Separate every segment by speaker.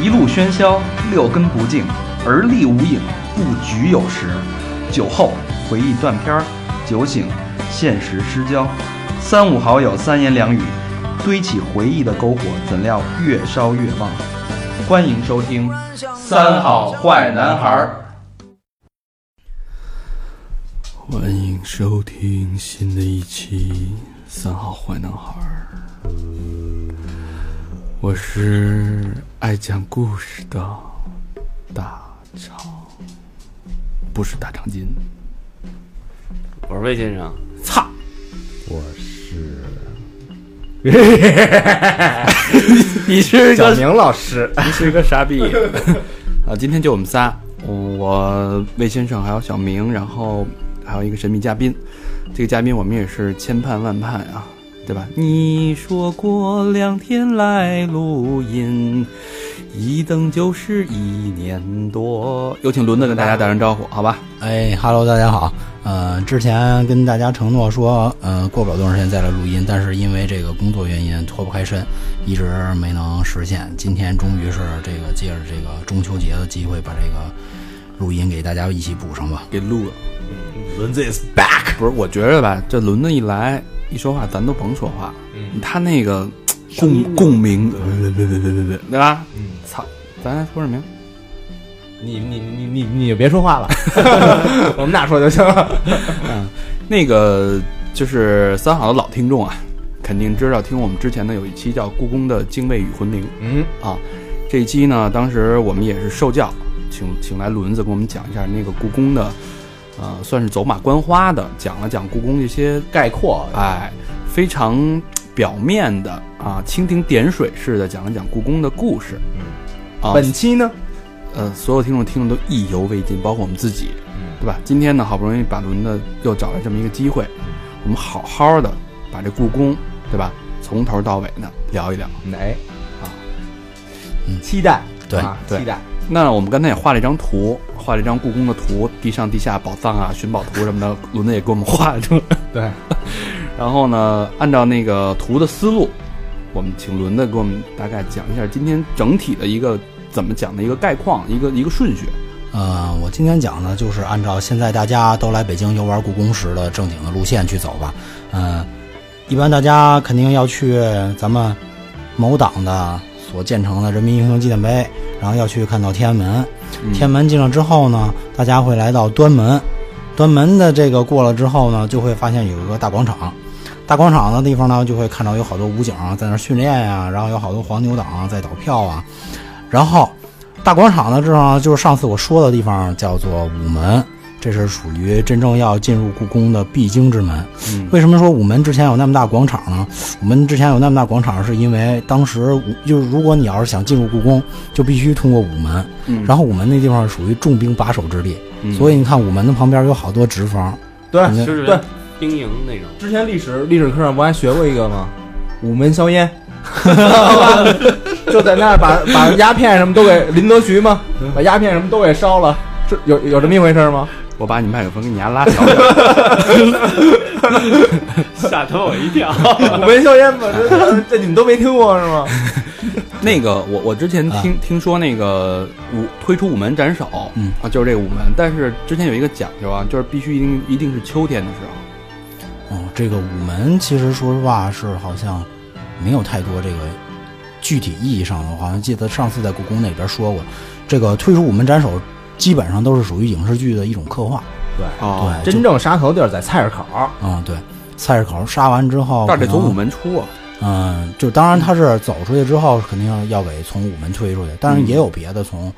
Speaker 1: 一路喧嚣，六根不净，而立无影，不局有时。酒后回忆断片儿，酒醒现实失焦。三五好友三言两语，堆起回忆的篝火，怎料越烧越旺。欢迎收听《三好坏男孩》。
Speaker 2: 欢迎收听新的一期《三好坏男孩》儿，我是爱讲故事的大长，不是大长今。
Speaker 3: 我是魏先生，
Speaker 2: 操！
Speaker 3: 你是
Speaker 4: 小明老师，
Speaker 3: 你是个傻逼，
Speaker 2: 啊，今天就我们仨，我魏先生还有小明，然后还有一个神秘嘉宾。这个嘉宾我们也是千盼万盼啊，对吧？你说过两天来录音，一等就是一年多。有请伦子跟大家打声招呼，好吧？
Speaker 5: 哎哈喽，大家好。呃，之前跟大家承诺说，呃，过不了多长时间再来录音，但是因为这个工作原因脱不开身，一直没能实现。今天终于是这个借着这个中秋节的机会，把这个录音给大家一起补上吧。
Speaker 2: 给录了。轮子 is back。不是，我觉着吧，这轮子一来一说话，咱都甭说话，他那个共共鸣，别别别别别别，对吧？操，咱还说什么呀？
Speaker 4: 你你你你你就别 说话了，我们俩说就行了。
Speaker 2: 那个就是三好的老听众啊，肯定知道听我们之前的有一期叫《故宫的敬畏与魂灵》
Speaker 4: 嗯，
Speaker 2: 啊，这一期呢，当时我们也是受教，请请来轮子给我们讲一下那个故宫的，呃，算是走马观花的，讲了讲故宫这些
Speaker 4: 概括啊
Speaker 2: 哎，非常表面的啊，蜻蜓点水式的讲了讲故宫的故事。嗯，啊，
Speaker 4: 本期呢，
Speaker 2: 呃，所有听众听了都意犹未尽，包括我们自己，对吧？今天呢，好不容易把轮子又找来这么一个机会，我们好好的把这故宫，对吧？从头到尾呢聊一聊。
Speaker 4: 哎
Speaker 2: 啊，
Speaker 4: 嗯期待，
Speaker 5: 对
Speaker 4: 啊
Speaker 2: 对
Speaker 4: 期待，
Speaker 2: 那我们刚才也画了一张图，画了一张故宫的图，地上、地下、宝藏啊、寻宝图什么的，轮子也给我们画出来。
Speaker 4: 对，
Speaker 2: 然后呢，按照那个图的思路，我们请轮子给我们大概讲一下今天整体的一个怎么讲的一个概况，一个一个顺序。
Speaker 5: 呃，我今天讲呢，就是按照现在大家都来北京游玩故宫时的正经的路线去走吧。呃，一般大家肯定要去咱们某党的所建成的人民英雄纪念碑，然后要去看到天安门。天安门进了之后呢，大家会来到端门，端门的这个过了之后呢，就会发现有一个大广场。大广场的地方呢，就会看到有好多武警啊在那儿训练呀、然后有好多黄牛党啊在倒票啊。然后大广场的地方就是上次我说的地方，叫做午门，这是属于真正要进入故宫的必经之门。
Speaker 2: 嗯
Speaker 5: 为什么说午门之前有那么大广场呢？午门之前有那么大广场，是因为当时午就是如果你要是想进入故宫，就必须通过午门。
Speaker 2: 嗯
Speaker 5: 然后午门那地方属于重兵把守之地，所以你看午门的旁边有好多直房。
Speaker 4: 对
Speaker 5: 你看
Speaker 3: 就是
Speaker 4: 对
Speaker 3: 兵营那种。
Speaker 4: 之前历史历史课上不还学过一个吗？午门硝烟， 就在那儿把把鸦片什么都给林则徐嘛，把鸦片什么都给烧了，是有有这么一回事 吗？
Speaker 2: 我把你麦克风给你家拉小点儿，
Speaker 3: 吓得我一跳。
Speaker 4: 午门硝烟嘛，这这你们都没听过是吗？
Speaker 2: 那个我我之前听、听说那个午推出午门斩首，
Speaker 5: 嗯
Speaker 2: 啊，就是这个午门，但是之前有一个讲究啊，就是必须一定一定是秋天的时候，
Speaker 5: 嗯，这个午门其实说实话是好像没有太多这个具体意义上的，我好像记得上次在故宫那边说过，这个退出午门斩首基本上都是属于影视剧的一种刻画。
Speaker 2: 哦，
Speaker 5: 对，
Speaker 4: 真正杀头地儿在菜市口，
Speaker 5: 嗯对，菜市口杀完之后，
Speaker 2: 但是得
Speaker 5: 可
Speaker 2: 从
Speaker 5: 能
Speaker 2: 午门出啊，
Speaker 5: 嗯，就当然他是走出去之后，肯定要给从午门推出去，当然也有别的从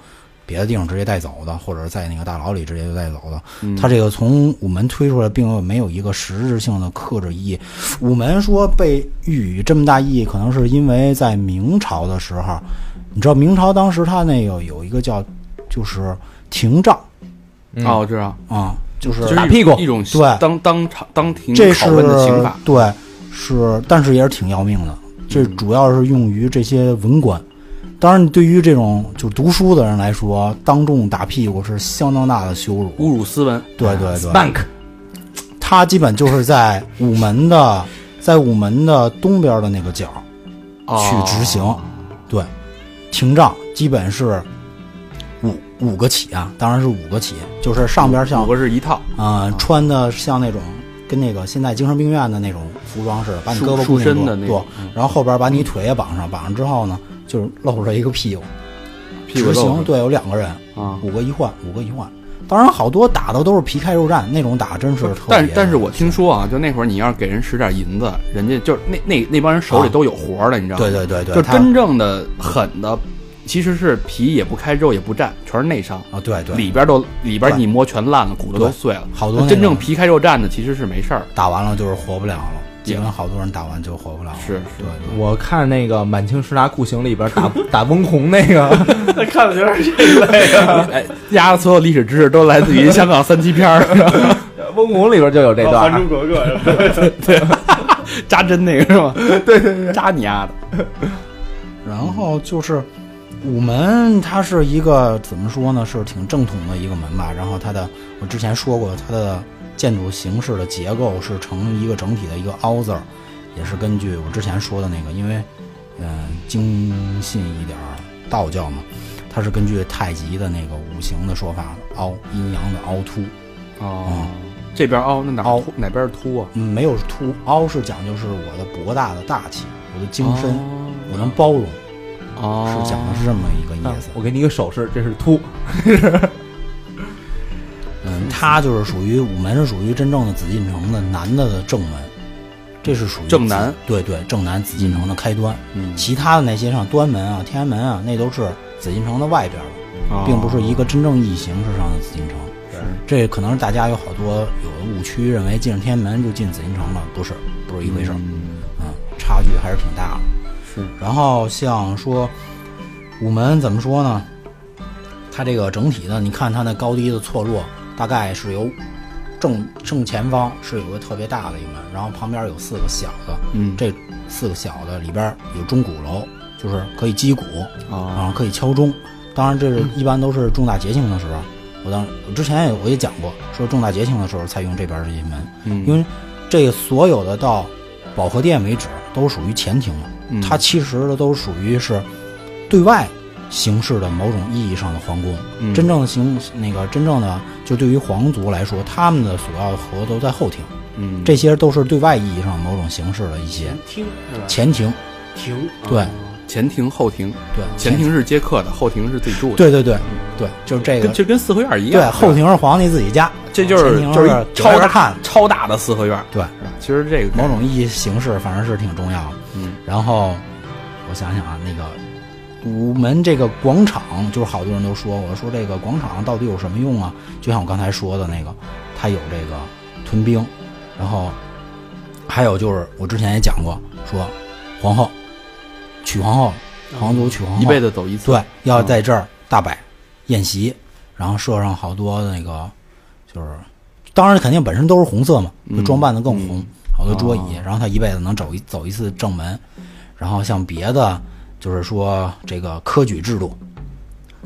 Speaker 5: 别的地方直接带走的，或者是在那个大牢里直接就带走的。他这个从午门推出来，并没有一个实质性的克制意义。午门说被予以这么大意义，可能是因为在明朝的时候，你知道明朝当时他那个有一个叫就是廷杖
Speaker 2: 哦，我知道，
Speaker 5: 啊、就是
Speaker 2: 就是
Speaker 4: 打
Speaker 2: 一
Speaker 4: 屁股
Speaker 2: 一种
Speaker 5: 对
Speaker 2: 当当场当庭
Speaker 5: 这是
Speaker 2: 拷问的刑法，嗯
Speaker 5: 对，是，但是也是挺要命的。这主要是用于这些文官。当然，对于这种就读书的人来说，当众打屁股是相当大的羞辱。
Speaker 2: 侮辱斯文，
Speaker 5: 对对对，
Speaker 4: bank
Speaker 5: 他基本就是在午门的，在午门的东边的那个角，去
Speaker 2: 哦
Speaker 5: 执行。对，停账基本是五五个起啊，当然是五个起，就是上边像
Speaker 2: 五个是一套，
Speaker 5: 啊、穿的像那种跟那个现在精神病院的那种服装似的，把你
Speaker 2: 束
Speaker 5: 胳膊
Speaker 2: 束
Speaker 5: 固定
Speaker 2: 身
Speaker 5: 住
Speaker 2: 的那
Speaker 5: 对
Speaker 2: 种，嗯
Speaker 5: 然后后边把你腿也绑上，绑上之后呢，就是露出来一个屁股。
Speaker 2: 屁股
Speaker 5: 执
Speaker 2: 露
Speaker 5: 行
Speaker 2: 着
Speaker 5: 对，有两个人，
Speaker 2: 啊。
Speaker 5: 五个一换，五个一换。当然，好多打的都是皮开肉绽，那种打真是特别。
Speaker 2: 但是但是我听说啊，就那会儿你要是给人使点银子，人家就是那那那帮人手里
Speaker 5: 啊
Speaker 2: 都有活儿的，你知道吗？
Speaker 5: 对对对对，
Speaker 2: 就
Speaker 5: 他
Speaker 2: 真正的狠的，其实是皮也不开，肉也不绽，全是内伤，
Speaker 5: 啊，对对，
Speaker 2: 里边都里边
Speaker 5: 对
Speaker 2: 你摸全烂了，骨头都
Speaker 5: 对
Speaker 2: 碎了。
Speaker 5: 好多那
Speaker 2: 真正
Speaker 5: 种
Speaker 2: 皮开肉绽的其实是没事儿，
Speaker 5: 打完了就是活不了了，基
Speaker 2: 也
Speaker 5: 本好多人打完就活不了了。
Speaker 2: 是是
Speaker 5: 对对。
Speaker 4: 我看那个《满清十大酷刑》里边 打打翁虹那个，
Speaker 3: 那看的就是这一类的。
Speaker 4: 啊
Speaker 2: 哎，丫的所有历史知识都来自于香港三级片儿，
Speaker 4: 翁虹里边就有这
Speaker 3: 还
Speaker 4: 段啊
Speaker 3: 珠。格格》
Speaker 2: 扎针那个是 吗？对对对，扎你丫的！
Speaker 5: 然后就是午门，它是一个怎么说呢，是挺正统的一个门吧。然后它的，我之前说过，它的建筑形式的结构是呈一个整体的一个凹字儿，也是根据我之前说的那个，因为嗯、呃精信一点儿道教嘛，它是根据太极的那个五行的说法，凹阴阳的凹凸，
Speaker 2: 哦，这边凹，那哪
Speaker 5: 凹
Speaker 2: 凸哪边凸啊？
Speaker 5: 嗯，没有凸，凹是讲究是我的博大的大气，我的精深，我能包容，
Speaker 2: 哦，
Speaker 5: 是讲的是这么一个意思。
Speaker 4: 我给你一个手势，这是秃。
Speaker 5: 嗯，他就是属于午门是属于真正的紫禁城的南的正门，这是属于
Speaker 2: 正南
Speaker 5: 紫，对对，正南紫禁城的开端。
Speaker 2: 嗯，
Speaker 5: 其他的那些像端门啊、天安门啊，那都是紫禁城的外边了，
Speaker 2: 哦
Speaker 5: 并不是一个真正意义形式上的紫禁城。
Speaker 4: 是
Speaker 5: 这可能是大家有好多有的误区，认为进了天安门就进紫禁城了，不是，不是一回事儿。
Speaker 2: 嗯
Speaker 5: 嗯，差距还是挺大的。
Speaker 2: 是，
Speaker 5: 然后像说午门怎么说呢？它这个整体呢，你看它那高低的错落，大概是由正正前方是有个特别大的一门，然后旁边有四个小的，
Speaker 2: 嗯
Speaker 5: 这四个小的里边有钟鼓楼，就是可以击鼓，然
Speaker 2: 啊
Speaker 5: 后可以敲钟。当然，这
Speaker 2: 嗯
Speaker 5: 是一般都是重大节庆的时候。我当我之前也我也讲过，说重大节庆的时候才用这边这一门，
Speaker 2: 嗯，
Speaker 5: 因为这个所有的到保和殿为止都属于前庭了，
Speaker 2: 嗯
Speaker 5: 它其实的都属于是对外形式的某种意义上的皇宫。
Speaker 2: 嗯
Speaker 5: 真正的形那个真正的就对于皇族来说，他们的所要的活都在后庭，
Speaker 2: 嗯
Speaker 5: 这些都是对外意义上某种形式的一些
Speaker 3: 听是吧？
Speaker 5: 前庭。
Speaker 3: 停，啊
Speaker 5: 对
Speaker 2: 前庭后庭，
Speaker 5: 对，
Speaker 2: 前庭是接客的，后庭是自己住的，
Speaker 5: 对对对对，就是这
Speaker 2: 跟
Speaker 5: 个。
Speaker 2: 就跟四合院一样，
Speaker 5: 对，
Speaker 2: 是吧
Speaker 5: 后庭是皇帝自己家，
Speaker 2: 这就是
Speaker 5: 前庭
Speaker 2: 就是
Speaker 5: 是
Speaker 2: 一超
Speaker 5: 九
Speaker 2: 大
Speaker 5: 寨汉
Speaker 2: 超大的四合院，
Speaker 5: 对
Speaker 2: 是吧？其实这个
Speaker 5: 某种意义形式反正是挺重要的。
Speaker 2: 嗯
Speaker 5: 然后我想想啊，那个午门这个广场，就是好多人都说我说这个广场到底有什么用啊？就像我刚才说的那个，它有这个屯兵，然后还有就是我之前也讲过，说皇后娶皇后，皇族娶皇后，
Speaker 2: 一辈子走一次，
Speaker 5: 对，要
Speaker 4: 嗯
Speaker 5: 在这儿大摆宴席，然后设上好多那个，就是当然肯定本身都是红色嘛，就
Speaker 4: 嗯
Speaker 5: 装扮的更红，好多桌
Speaker 4: 哦
Speaker 5: 椅，然后他一辈子能走一走一次正门，然后像别的就是说这个科举制度，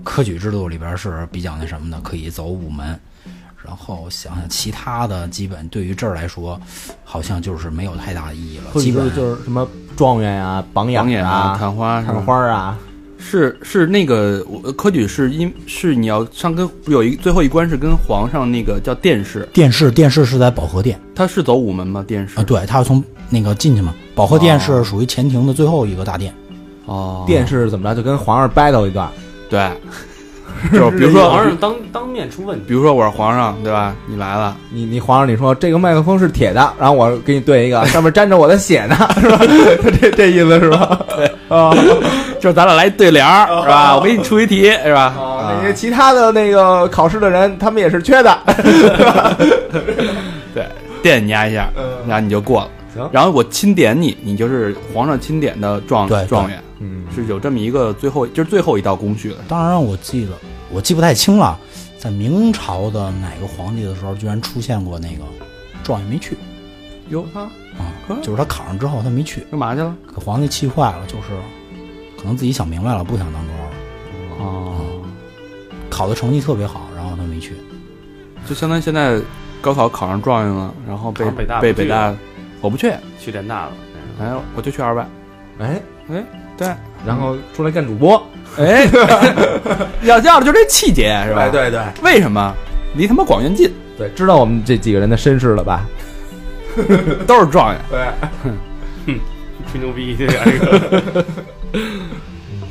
Speaker 5: 科举制度里边是比较那什么的，可以走午门。然后想想其他的，基本对于这儿来说，好像就是没有太大意义了。
Speaker 4: 科
Speaker 5: 基
Speaker 4: 举
Speaker 5: 本
Speaker 4: 制就是什么状元啊、榜
Speaker 2: 养
Speaker 4: 眼
Speaker 2: 眼
Speaker 4: 啊、
Speaker 2: 探花是吧
Speaker 4: 探花啊，
Speaker 2: 是是那个我科举是因是你要上跟不有一最后一关是跟皇上那个叫殿试，
Speaker 5: 电视电视是在保和殿。
Speaker 2: 他是走午门吗？殿试
Speaker 5: 啊，对，他是从那个进去嘛。保和殿
Speaker 2: 哦
Speaker 5: 是属于前庭的最后一个大殿，
Speaker 2: 哦，
Speaker 4: 殿试怎么着就跟皇上 battle 一段，
Speaker 2: 对，
Speaker 3: 啊
Speaker 2: 就是比如说
Speaker 3: 皇上当当面出问题，
Speaker 2: 比如说我是皇上对吧？你来了，
Speaker 4: 你你皇上你说这个麦克风是铁的，然后我给你对一个，上面沾着我的血呢，是吧？ 这这意思是吧？啊
Speaker 2: 就是咱俩来一对联儿是吧？我给你出一题是吧？
Speaker 4: 啊，
Speaker 2: 啊
Speaker 4: 那些其他的那个考试的人，他们也是缺的。
Speaker 2: 对，电你丫一下，
Speaker 4: 呃
Speaker 2: 然后你就过了。
Speaker 4: 行
Speaker 2: 然后我钦点你，你就是皇上钦点的状
Speaker 5: 对
Speaker 2: 状元，
Speaker 4: 嗯，
Speaker 2: 是有这么一个最后就是最后一道工序的。
Speaker 5: 当然我记得我记不太清了，在明朝的哪个皇帝的时候，居然出现过那个状元没去
Speaker 2: 哟，他
Speaker 5: 啊、
Speaker 2: 啊
Speaker 5: 就是他考上之后他没去，
Speaker 2: 干嘛去了？
Speaker 5: 给皇帝气坏了，就是可能自己想明白了，不想当官了，
Speaker 2: 哦，
Speaker 5: 考的成绩特别好，然后他没去。
Speaker 2: 就相当于现在高考考上状元了，然后被
Speaker 3: 考上北大
Speaker 2: 被
Speaker 3: 不去
Speaker 2: 北大，我不去，
Speaker 3: 去联大了。嗯
Speaker 2: 哎，我就去二外，
Speaker 4: 哎，
Speaker 2: 哎，对，
Speaker 4: 然后出来干主播，
Speaker 2: 哎，要要的就是这气节，是吧？，
Speaker 4: 哎对对
Speaker 2: 为什么？离他妈广院近，
Speaker 4: 对，知道我们这几个人的身世了吧？
Speaker 2: 都是状元。
Speaker 4: 对，
Speaker 3: 吹牛逼这两个。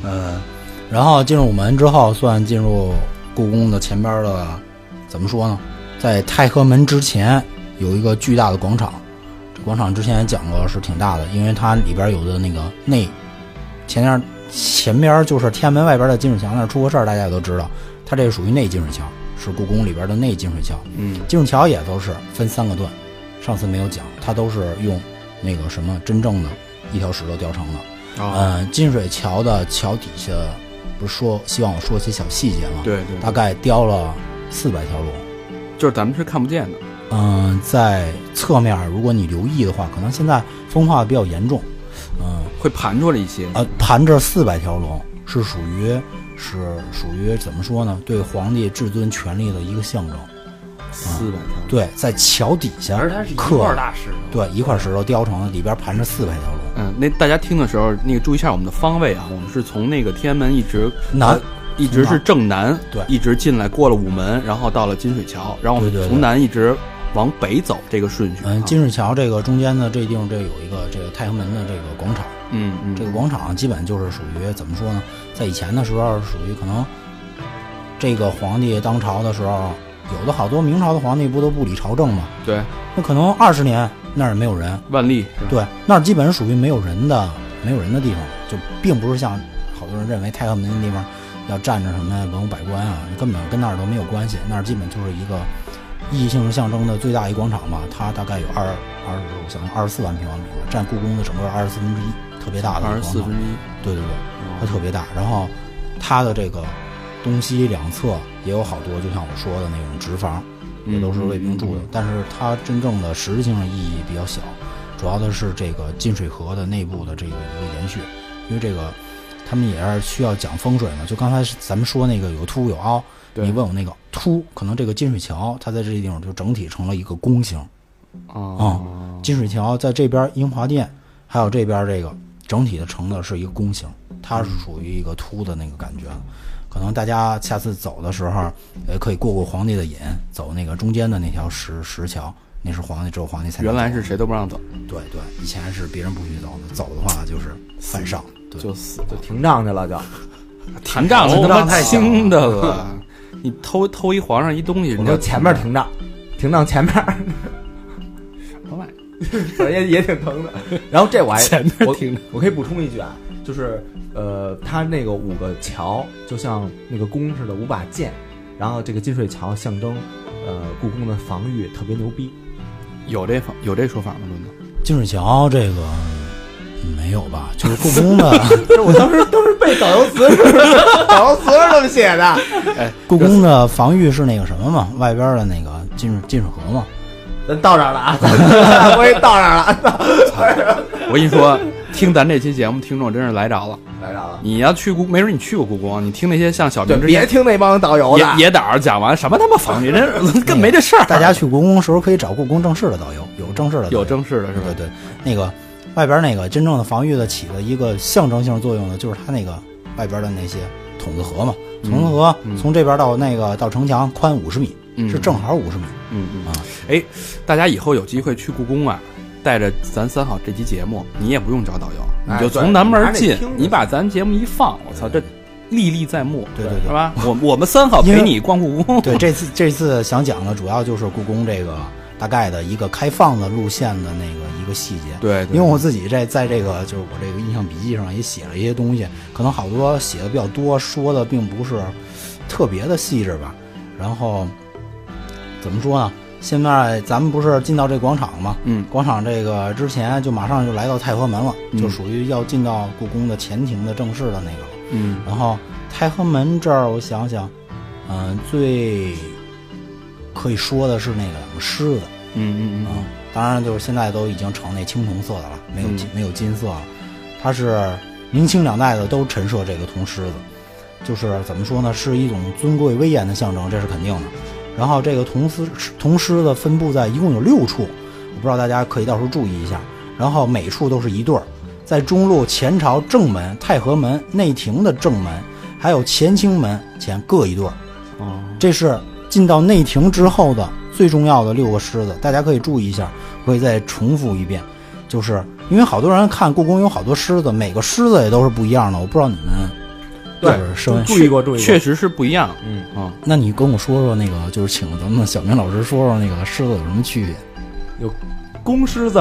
Speaker 5: 呃，然后进入午门之后，算进入故宫的前边的，怎么说呢？在太和门之前有一个巨大的广场，这广场之前也讲过是挺大的，因为它里边有的那个内前面前边就是天安门外边的金水桥那儿出过事儿，大家也都知道，它这属于内金水桥，是故宫里边的内金水桥。
Speaker 2: 嗯，
Speaker 5: 金水桥也都是分三个段，上次没有讲，它都是用那个什么真正的一条石头雕成的。
Speaker 3: 啊
Speaker 2: 哦，
Speaker 5: 嗯，金水桥的桥底下，不是说希望我说些小细节吗？，
Speaker 2: 对对，
Speaker 5: 大概雕了四百条龙。
Speaker 2: 就是咱们是看不见的。
Speaker 5: 嗯，在侧面，如果你留意的话，可能现在风化比较严重。嗯，
Speaker 2: 会盘出来一些。
Speaker 5: 呃，盘着四百条龙是属于是属于怎么说呢？对皇帝至尊权力的一个象征。
Speaker 2: 四百条，
Speaker 5: 对，在桥底下
Speaker 3: 而它是一
Speaker 5: 刻
Speaker 3: 块大石头，
Speaker 5: 对一块石头雕成的，里边盘着四百条龙。
Speaker 2: 嗯，那大家听的时候，那个注意一下我们的方位啊，我们是从那个天安门一直
Speaker 5: 南
Speaker 2: 呃一直是正南，
Speaker 5: 对
Speaker 2: 一直进来过了午门，然后到了金水桥，然后我们
Speaker 5: 对对对
Speaker 2: 从南一直往北走这个顺序啊。
Speaker 5: 嗯，金水桥这个中间呢，这地方这有一个这个太和门的这个广场。
Speaker 2: 嗯嗯，
Speaker 5: 这个广场基本就是属于怎么说呢？在以前的时候，属于可能这个皇帝当朝的时候，有的好多明朝的皇帝不都不理朝政嘛？
Speaker 2: 对
Speaker 5: 那可能二十年那儿也没有人，
Speaker 2: 万历是吧
Speaker 5: 对，那儿基本属于没有人的没有人的地方，就并不是像好多人认为太和门那地方要站着什么文武百官啊，根本跟那儿都没有关系，那儿基本就是一个意义性象征的最大一广场吧，它大概有二二十，我想二十四万平方米吧，占故宫的整个二十四分之一，特别大的一
Speaker 2: 二
Speaker 5: 个
Speaker 2: 十
Speaker 5: 广
Speaker 2: 四
Speaker 5: 场
Speaker 2: 分。之一。
Speaker 5: 对对对，它
Speaker 2: 哦
Speaker 5: 特别大。然后它的这个东西两侧也有好多，就像我说的那种直房，
Speaker 2: 嗯
Speaker 5: 也都是卫兵住的。但是它真正的实质性的意义比较小，主要的是这个金水河的内部的这个一个延续，因为这个他们也是需要讲风水嘛。就刚才是咱们说那个有凸有凹，
Speaker 2: 对
Speaker 5: 你问我那个凸，可能这个金水桥它在这地方就整体成了一个弓形。嗯
Speaker 2: 哦，
Speaker 5: 金水桥在这边樱华殿，还有这边这个整体的成的是一个弓形，它是属于一个凸的那个感觉。可能大家下次走的时候，呃，可以过过皇帝的瘾，走那个中间的那条石石桥，那是皇帝只有皇帝才能
Speaker 2: 原来
Speaker 5: 走
Speaker 2: 是谁都不让走，
Speaker 5: 对对，以前是别人不许走的，走的话就是犯上。对，
Speaker 2: 就死
Speaker 4: 就停仗去了，就
Speaker 2: 弹仗是
Speaker 4: 头
Speaker 2: 他妈
Speaker 4: 仗太小
Speaker 2: 哦轻的 了。你偷偷一皇上一东西，
Speaker 4: 我
Speaker 2: 人家
Speaker 4: 说前面停仗，停仗前面，
Speaker 2: 什么玩意儿
Speaker 4: 反正也也挺疼的。然后这我还
Speaker 2: 前面
Speaker 4: 我
Speaker 2: 停着
Speaker 4: 我可以补充一句啊，就是呃，它那个五个桥就像那个弓似的五把剑，然后这个金水桥象征呃故宫的防御特别牛 逼。
Speaker 2: 有这方有这说法吗？伦子，
Speaker 5: 金水桥这个嗯没有吧？就是故宫的。
Speaker 4: 这我当时都是背导游词， 导游词是这么写的。
Speaker 5: 故宫的防御是那个什么嘛，外边的那个金水金水河嘛。
Speaker 4: 咱到这儿了啊， 咱我也到这儿了，
Speaker 2: 我跟你说，听咱这期节目，听众真是来着了。
Speaker 4: 来着了。
Speaker 2: 你要去故，没准你去过故宫，啊你听那些像小
Speaker 4: 对，
Speaker 2: 明之
Speaker 4: 别
Speaker 2: 前
Speaker 4: 听那帮导游的，
Speaker 2: 野野导讲完什么他妈防御，人更没这 事儿。
Speaker 5: 大家去故宫的时候可以找故宫正式的导游， 有正式的导游
Speaker 2: 有正式的是吧
Speaker 5: 对？对，那个外边那个真正的防御的起的一个象征性作用呢，就是它那个外边的那些筒子河嘛，筒子河
Speaker 2: 嗯嗯
Speaker 5: 从这边到那个到城墙宽五十米，
Speaker 2: 嗯
Speaker 5: 是正好五十米。
Speaker 2: 嗯嗯
Speaker 5: 啊
Speaker 2: 哎，大家以后有机会去故宫啊，带着咱三好这期节目，你也不用找导游，
Speaker 4: 哎
Speaker 2: 你就
Speaker 4: 对
Speaker 2: 从南门
Speaker 4: 你拿
Speaker 2: 进
Speaker 4: 那听，着
Speaker 2: 你把咱节目一放，我操，这历历在目，
Speaker 5: 对对
Speaker 2: 是
Speaker 5: 对
Speaker 2: 吧？我我们三好
Speaker 5: 因为
Speaker 2: 陪你逛故宫，
Speaker 5: 对， 这次这次想讲的主要就是故宫这个大概的一个开放的路线的那个一个细节。
Speaker 2: 对，对
Speaker 5: 因为我自己在在这个就是我这个印象笔记上也写了一些东西，可能好多写的比较多，说的并不是特别的细致吧。然后怎么说呢？现在咱们不是进到这广场嘛？
Speaker 2: 嗯，
Speaker 5: 广场这个之前就马上就来到太和门了，
Speaker 2: 嗯
Speaker 5: 就属于要进到故宫的前庭的正式的那个了。
Speaker 2: 嗯
Speaker 5: 然后太和门这儿，我想想，嗯、最可以说的是那个两个狮子。
Speaker 2: 嗯嗯
Speaker 5: 嗯，当然就是现在都已经成那青铜色的了，没有金、没有金色了。它是明清两代的都陈设这个铜狮子，就是怎么说呢，是一种尊贵威严的象征，这是肯定的。然后这个铜狮铜狮子分布在一共有六处，我不知道大家可以到时候注意一下。然后每处都是一对儿，在中路前朝正门、太和门、内廷的正门，还有乾清门前各一对儿。
Speaker 2: 哦，
Speaker 5: 这是进到内廷之后的最重要的六个狮子，大家可以注意一下。我也再重复一遍，就是因为好多人看故宫有好多狮子，每个狮子也都是不一样的。我不知道你们
Speaker 4: 对
Speaker 5: 就是身为
Speaker 4: 注意过，注意过，
Speaker 2: 确实是不一样。
Speaker 4: 嗯
Speaker 2: 啊，
Speaker 5: 那你跟我说说那个，就是请咱们小明老师说说那个狮子有什么区别？
Speaker 4: 公狮子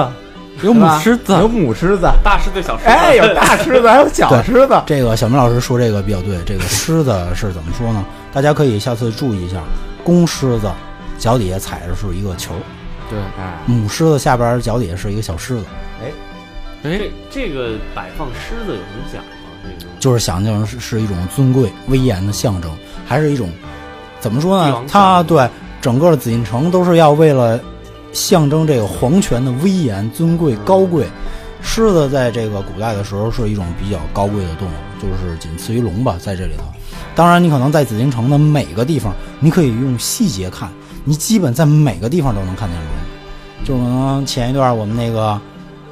Speaker 2: 有
Speaker 4: 对
Speaker 2: 母
Speaker 4: 吧
Speaker 2: 狮子，
Speaker 4: 有母狮子，
Speaker 3: 大狮对小狮，
Speaker 4: 哎，有大 狮子，还有小狮子，
Speaker 5: 这个小明老师说这个比较对，这个狮子是怎么说呢？大家可以下次注意一下，公狮子脚底下踩着是一个球，
Speaker 2: 对，
Speaker 4: 哎，
Speaker 5: 母狮子下边脚底下是一个小狮子，
Speaker 2: 哎
Speaker 3: 这，这个摆放狮子有什么讲吗？这个
Speaker 5: 就是想象是是一种尊贵威严的象征，还是一种怎么说
Speaker 3: 帝
Speaker 5: 呢
Speaker 3: 王？
Speaker 5: 它
Speaker 3: 象征
Speaker 5: 对整个紫禁城都是要为了象征这个皇权的威严、尊贵、高贵。狮子在这个古代的时候是一种比较高贵的动物，就是仅次于龙吧，在这里头。当然，你可能在紫禁城的每个地方，你可以用细节看，你基本在每个地方都能看见龙。就是可能前一段我们那个，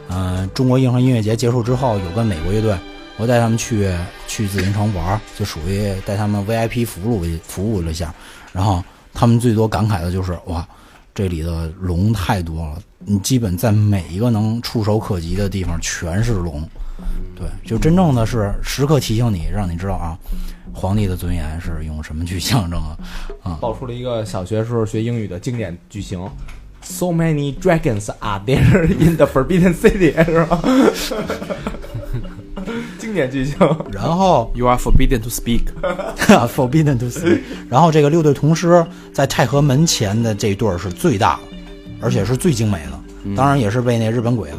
Speaker 5: 呃，中国硬核音乐节结束之后，有跟美国乐队，我带他们去去紫禁城玩儿，就属于带他们 VIP 服务了服务了一下，然后他们最多感慨的就是哇，这里的龙太多了，你基本在每一个能触手可及的地方全是龙，对，就真正的是时刻提醒你，让你知道啊，皇帝的尊严是用什么去象征啊，
Speaker 4: 爆出了一个小学时候学英语的经典句型。So many dragons are there in the Forbidden City，是吧？ 经典句型，
Speaker 5: 然后
Speaker 2: You are forbidden to speak。
Speaker 5: forbidden to see。然后这个六对铜狮在太和门前的这对儿是最大的，而且是最精美
Speaker 2: 嗯
Speaker 5: 的，当然也是被那日本鬼子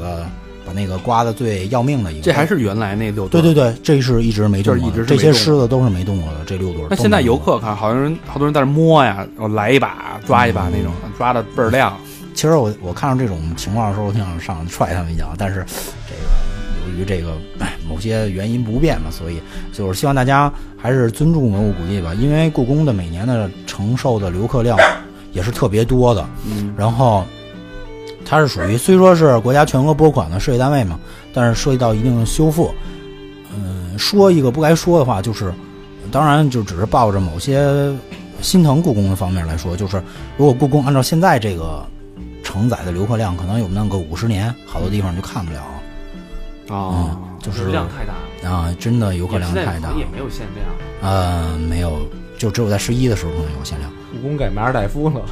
Speaker 5: 把那个刮的最要命的一个。
Speaker 2: 这还是原来那六
Speaker 5: 对
Speaker 2: 对
Speaker 5: 对对，这是一直没动过的，
Speaker 2: 就是一直是
Speaker 5: 这
Speaker 2: 没
Speaker 5: 些
Speaker 2: 动过
Speaker 5: 狮子都是没动过的，这六对儿都没动过。
Speaker 2: 那现在游客看，好多人好多人在那摸呀，我来一把抓一把那种，抓的倍儿亮。
Speaker 5: 其实我我看到这种情况的时候，我挺想上去踹他们一脚，但是这个由于这个哎某些原因不便嘛，所以就是希望大家还是尊重文物古迹吧，因为故宫的每年的承受的游客量也是特别多的，
Speaker 2: 嗯，
Speaker 5: 然后它是属于虽说是国家全额拨款的事业单位嘛，但是涉及到一定的修复，嗯，说一个不该说的话，就是当然就只是抱着某些心疼故宫的方面来说，就是如果故宫按照现在这个承载的游客量，可能有那么个五十年，好多地方就看不了。嗯
Speaker 2: 哦，
Speaker 5: 就是
Speaker 3: 量太大了，
Speaker 5: 啊，真的游客
Speaker 3: 也
Speaker 5: 量
Speaker 3: 是在
Speaker 5: 太大
Speaker 3: 也。没有限量。
Speaker 5: 呃，没有，就只有在十一的时候可能有限量。
Speaker 4: 故宫改马尔代夫了，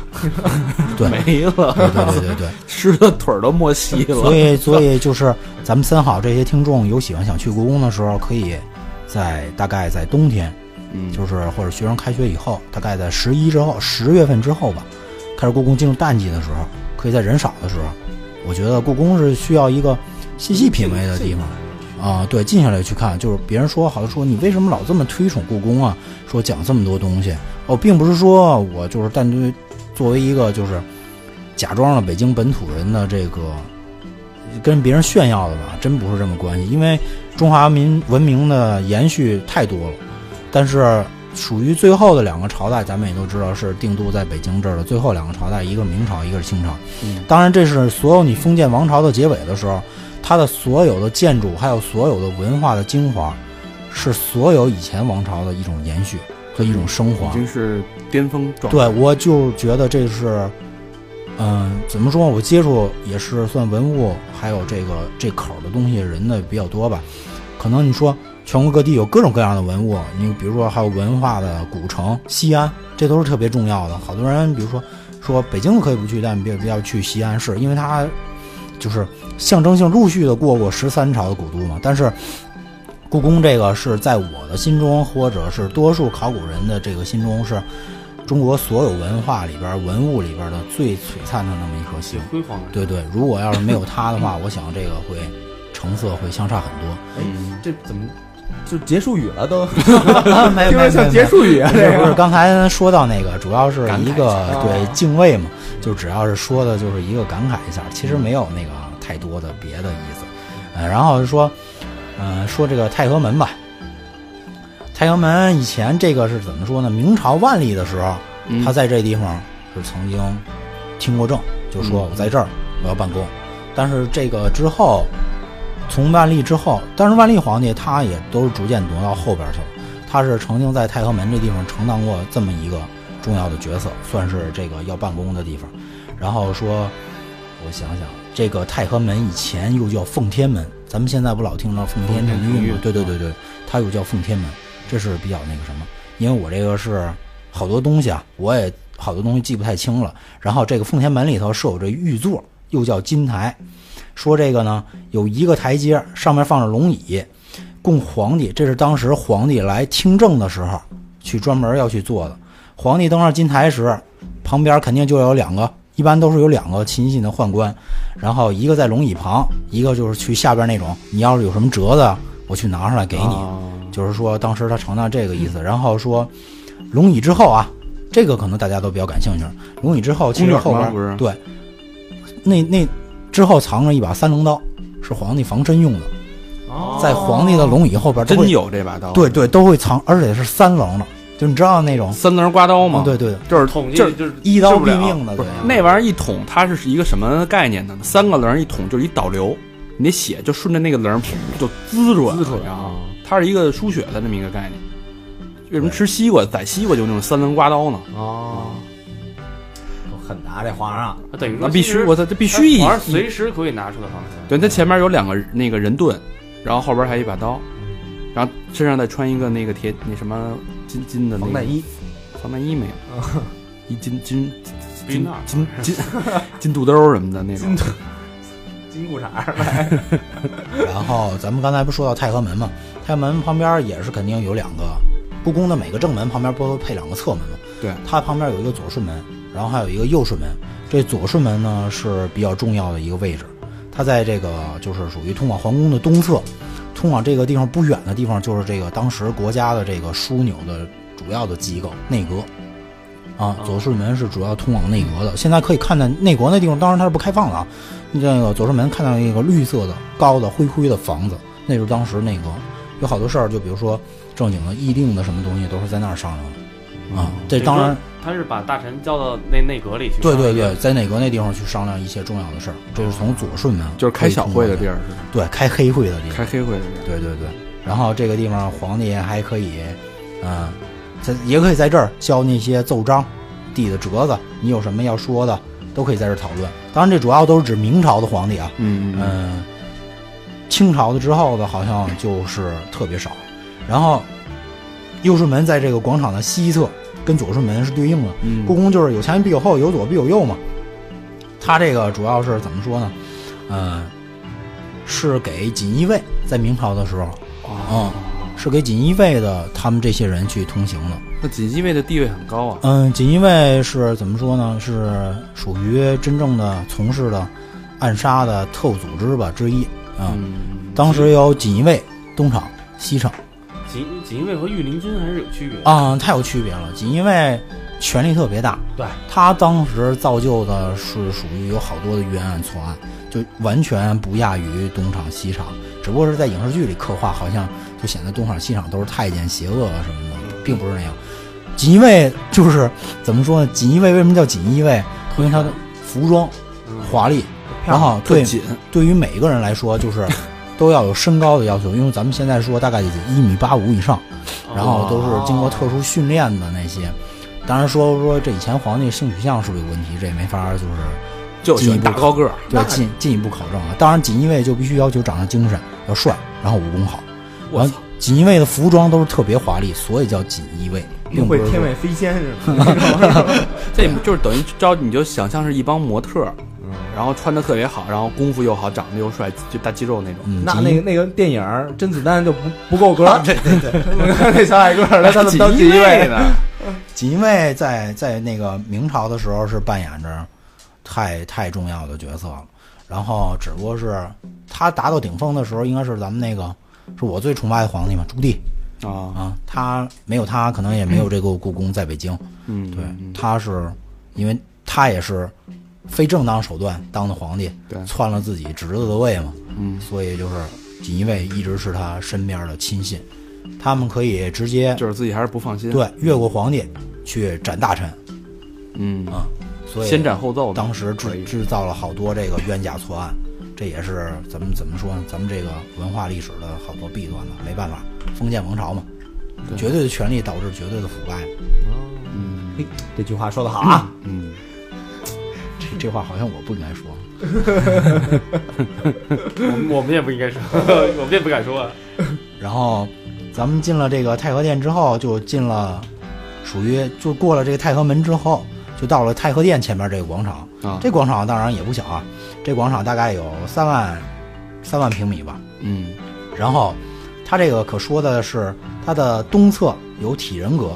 Speaker 5: 对，
Speaker 2: 没了，
Speaker 5: 对对对对对。
Speaker 2: 狮子腿儿都没戏了。
Speaker 5: 所以，所以就是咱们三好这些听众有喜欢想去故宫的时候，可以在大概在冬天，
Speaker 2: 嗯，
Speaker 5: 就是或者学生开学以后，大概在十一之后、十月份之后吧，开始故宫进入淡季的时候，可以在人少的时候，我觉得故宫是需要一个细细品味的地方。
Speaker 2: 嗯
Speaker 5: 啊、对，静下来去看，就是别人说好像说你为什么老这么推崇故宫啊？说讲这么多东西哦，并不是说我就是但对作为一个就是假装了北京本土人的这个跟别人炫耀的吧，真不是这么关系，因为中华民文明的延续太多了，但是属于最后的两个朝代，咱们也都知道是定都在北京这儿的最后两个朝代，一个明朝，一个是清朝。
Speaker 2: 嗯
Speaker 5: 当然，这是所有你封建王朝的结尾的时候，它的所有的建筑还有所有的文化的精华，是所有以前王朝的一种延续和一种升华
Speaker 2: 已。经是巅峰状态。
Speaker 5: 对，我就觉得这是，嗯、怎么说？我接触也是算文物，还有这个这口儿的东西人的比较多吧。可能你说全国各地有各种各样的文物，你比如说还有文化的古城西安，这都是特别重要的。好多人比如说说北京可以不去，但别不要去西安市，因为它就是象征性陆续的过过十三朝的古都嘛。但是故宫这个是在我的心中，或者是多数考古人的这个心中是。中国所有文化里边儿、文物里边儿的最璀璨的那么一颗星
Speaker 3: 最，辉煌的
Speaker 5: 对对，如果要是没有它的话，我想这个会成色会相差很多。
Speaker 2: 嗯，
Speaker 4: 这怎么就结束语了都？
Speaker 5: 没
Speaker 4: 听着像结束 语啊，
Speaker 5: 不
Speaker 4: 这
Speaker 5: 是不是，
Speaker 4: 个
Speaker 5: 刚才说到那个，主要是一个
Speaker 4: 感慨一下
Speaker 5: 对
Speaker 4: 啊
Speaker 5: 敬畏嘛，就只要是说的就是一个感慨一下，其实没有那个太多的别的意思。呃，然后就说，呃，说这个太和门吧。太和门以前这个是怎么说呢？明朝万历的时候，他在这地方是曾经听过证，就说
Speaker 2: 嗯
Speaker 5: 我在这儿我要办公，但是这个之后从万历之后，但是万历皇帝他也都是逐渐挪到后边去了。他是曾经在太和门这地方承担过这么一个重要的角色，算是这个要办公的地方。然后说，我想想，这个太和门以前又叫奉天门，咱们现在不老听到奉天
Speaker 2: 奉天
Speaker 5: 承
Speaker 2: 承
Speaker 5: 运
Speaker 2: 运
Speaker 5: 吗？对对对对，它又叫奉天门，这是比较那个什么。因为我这个是好多东西啊，我也好多东西记不太清了。然后这个奉天门里头是有这玉座，又叫金台，说这个呢有一个台阶，上面放着龙椅，供皇帝，这是当时皇帝来听政的时候去专门要去做的。皇帝登上金台时，旁边肯定就有两个，一般都是有两个亲信的宦官，然后一个在龙椅旁，一个就是去下边那种，你要是有什么折子，我去拿上来给你。
Speaker 2: 哦
Speaker 5: 就是说当时他承担这个意思，然后说龙椅之后啊，这个可能大家都比较感兴趣。龙椅之后其
Speaker 2: 宫
Speaker 5: 实
Speaker 2: 女儿
Speaker 5: 后
Speaker 2: 吗不是
Speaker 5: 边对，那那之后藏着一把三棱刀，是皇帝防身用的，
Speaker 3: 哦
Speaker 5: 在皇帝的龙椅后边
Speaker 2: 啊
Speaker 5: 都
Speaker 2: 真
Speaker 5: 会
Speaker 2: 有这把刀，
Speaker 5: 对，对都会藏，而且是三棱的，就你知道那种
Speaker 2: 啊三棱刮刀嘛，
Speaker 5: 嗯，对对对，
Speaker 2: 就是
Speaker 3: 统计
Speaker 2: 就是
Speaker 3: 就是
Speaker 5: 一
Speaker 2: 哦受
Speaker 5: 刀
Speaker 2: 不
Speaker 5: 毙
Speaker 2: 了
Speaker 5: 命的，
Speaker 2: 不
Speaker 5: 对
Speaker 2: 是。那玩意儿一捅，它是一个什么概念呢？三个棱一捅就是一导流，你那血就顺着那个棱就滋出来，
Speaker 4: 滋出来
Speaker 2: 你知道吗
Speaker 4: 啊
Speaker 2: 它是一个输血的这么一个概念。为什么吃西瓜宰西瓜就那种三棱刮刀呢？
Speaker 4: 哦，够狠的啊，这皇上
Speaker 3: 啊等于
Speaker 2: 那
Speaker 3: 说
Speaker 2: 必
Speaker 3: 其
Speaker 2: 须，
Speaker 3: 实
Speaker 2: 我操，这必
Speaker 3: 他
Speaker 2: 须一
Speaker 3: 皇上
Speaker 2: 一
Speaker 3: 随时可以拿出来防身。
Speaker 2: 对，他前面有两个那个人盾，然后后边还有一把刀，然后身上再穿一个那个铁那什么金金的那
Speaker 4: 防
Speaker 2: 个
Speaker 4: 弹，衣，啊
Speaker 2: 防弹衣没有？一金金
Speaker 3: 避
Speaker 2: 金
Speaker 3: 难
Speaker 2: 金金金肚兜什么的那种，
Speaker 4: 金裤衩儿，
Speaker 5: 然后咱们刚才不说到太和门嘛，太和门旁边也是肯定有两个，故宫的每个正门旁边不都配两个侧门吗？
Speaker 2: 对
Speaker 5: 它旁边有一个左顺门，然后还有一个右顺门。这左顺门呢是比较重要的一个位置，它在这个就是属于通往皇宫的东侧，通往这个地方不远的地方就是这个当时国家的这个枢纽的主要的机构内阁。啊，左顺门是主要通往内阁的。现在可以看到内阁那地方，当然它是不开放的啊。那个左顺门看到一个绿色的、高的、灰灰的房子，那就是当时内阁。有好多事儿，就比如说正经的议定的什么东西，都是在那儿商量的啊。这当然，
Speaker 3: 他是把大臣叫到那内阁里去。
Speaker 5: 对对对，，在内阁那地方去商量一些重要的事儿，这是从左顺门
Speaker 2: 就是开小会的地
Speaker 5: 儿，
Speaker 2: 儿是吧？
Speaker 5: 对，开黑会的地方。
Speaker 2: 开黑会的地儿。
Speaker 5: 对对对，然后这个地方皇帝还可以，嗯，在也可以在这儿交那些奏章、递的折子，你有什么要说的，都可以在这儿讨论。当然，这主要都是指明朝的皇帝啊，
Speaker 2: 嗯嗯
Speaker 5: 嗯，清朝的之后的好像就是特别少。然后，右顺门在这个广场的西侧，跟左顺门是对应的。
Speaker 2: 嗯，
Speaker 5: 故宫就是有前必有后，有左必有右嘛。它这个主要是怎么说呢？嗯，是给锦衣卫在明朝的时候，嗯，是给锦衣卫的他们这些人去通行的。
Speaker 2: 那锦衣卫的地位很高啊，
Speaker 5: 嗯，锦衣卫是怎么说呢？是属于真正的从事的暗杀的特务组织吧之一。嗯，
Speaker 2: 嗯，
Speaker 5: 当时有锦衣卫、东厂、西厂
Speaker 3: 锦锦衣卫和御林军还是有区别的。
Speaker 5: 啊、太有区别了。锦衣卫权力特别大，
Speaker 4: 对，
Speaker 5: 他当时造就的是属于有好多的冤案错案，就完全不亚于东厂西厂，只不过是在影视剧里刻画，好像就显得东厂西厂都是太监邪恶啊什么的，并不是那样。锦衣卫 就是怎么说呢？锦衣卫为什么叫锦衣卫？因为他的服装华丽，然后
Speaker 2: 特
Speaker 5: 对
Speaker 2: 紧，
Speaker 5: 对于每一个人来说，就是 都要有身高的要求，因为咱们现在说大概也就一米八五以上，
Speaker 2: 哦
Speaker 5: 然后都是经过特殊训练的那些。当然说说这以前皇帝性取向是不是有问题，这也没法儿就是
Speaker 2: 就喜欢大高个儿，
Speaker 5: 对进进一步考证啊。当然锦衣卫就必须要求长得精神，要帅，然后武功好。
Speaker 2: 我
Speaker 5: 然
Speaker 2: 操
Speaker 5: 后锦衣卫的服装都是特别华丽，所以叫锦衣卫，并不
Speaker 4: 会
Speaker 5: 是
Speaker 4: 天
Speaker 5: 说
Speaker 4: 外飞仙是 吗？
Speaker 2: 这就是等于招你就想象是一帮模特儿，然后穿的特别好，然后功夫又好，长得又帅，就大肌肉那种。
Speaker 5: 嗯，
Speaker 4: 那
Speaker 5: 锦衣
Speaker 4: 那个那个电影《甄子丹》就不不够格，
Speaker 5: 对对对。
Speaker 4: 那小矮个儿来他们当锦衣卫啊呢，
Speaker 5: 锦衣卫在在那个明朝的时候是扮演着太太重要的角色了，然后只不过是他达到顶峰的时候，应该是咱们那个是我最崇拜的皇帝嘛，朱棣
Speaker 2: 啊，
Speaker 5: 啊，他没有他，可能也没有这个故宫在北京。
Speaker 2: 嗯，
Speaker 5: 对，他是因为他也是非正当手段当的皇帝，
Speaker 2: 对
Speaker 5: 篡了自己侄子的位嘛，
Speaker 2: 嗯，
Speaker 5: 所以就是锦衣卫一直是他身边的亲信，他们可以直接
Speaker 2: 就是自己还是不放心。，
Speaker 5: 对越过皇帝去斩大臣。
Speaker 2: 嗯，
Speaker 5: 啊，所以
Speaker 2: 先斩后奏嘛。
Speaker 5: 当时制制造了好多这个冤假错案，这也是咱们怎么说呢？咱们这个文化历史的好多弊端呢，没办法，封建王朝嘛，
Speaker 2: 对
Speaker 5: 绝对的权力导致绝对的腐败。
Speaker 4: 哦，
Speaker 2: 嗯
Speaker 4: 嘿，这句话说的好啊，
Speaker 2: 嗯，
Speaker 5: 这这话好像我不应该说。
Speaker 3: 我们我们也不应该说， 我们也不敢说啊。
Speaker 5: 然后咱们进了这个太和殿之后，就进了属于就过了这个太和门之后，就到了太和殿前面这个广场。
Speaker 2: 啊，
Speaker 5: 这广场当然也不小啊，这广场大概有三万三万平米吧。
Speaker 2: 嗯
Speaker 5: 然后它这个可说的是，它的东侧有体仁阁，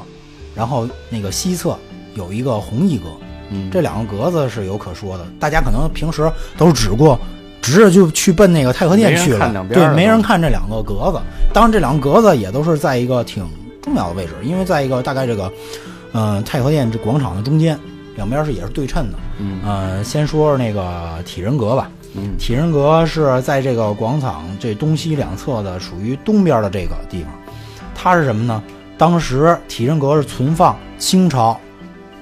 Speaker 5: 然后那个西侧有一个弘毅阁，
Speaker 2: 嗯，
Speaker 5: 这两个阁子是有可说的。大家可能平时都只过直着就去奔那个太和殿
Speaker 2: 没
Speaker 5: 去
Speaker 2: 人
Speaker 5: 了
Speaker 2: 看两，边
Speaker 5: 对
Speaker 2: 儿，了
Speaker 5: 没人看这两个阁子。当然，这两个阁子也都是在一个挺重要的位置，因为在一个大概这个，呃，太和殿这广场的中间，两边是也是对称的。
Speaker 2: 嗯
Speaker 5: 呃，先说那个体仁阁吧。
Speaker 2: 嗯
Speaker 5: 体仁阁是在这个广场这东西两侧的，属于东边的这个地方。它是什么呢？当时体仁阁是存放清朝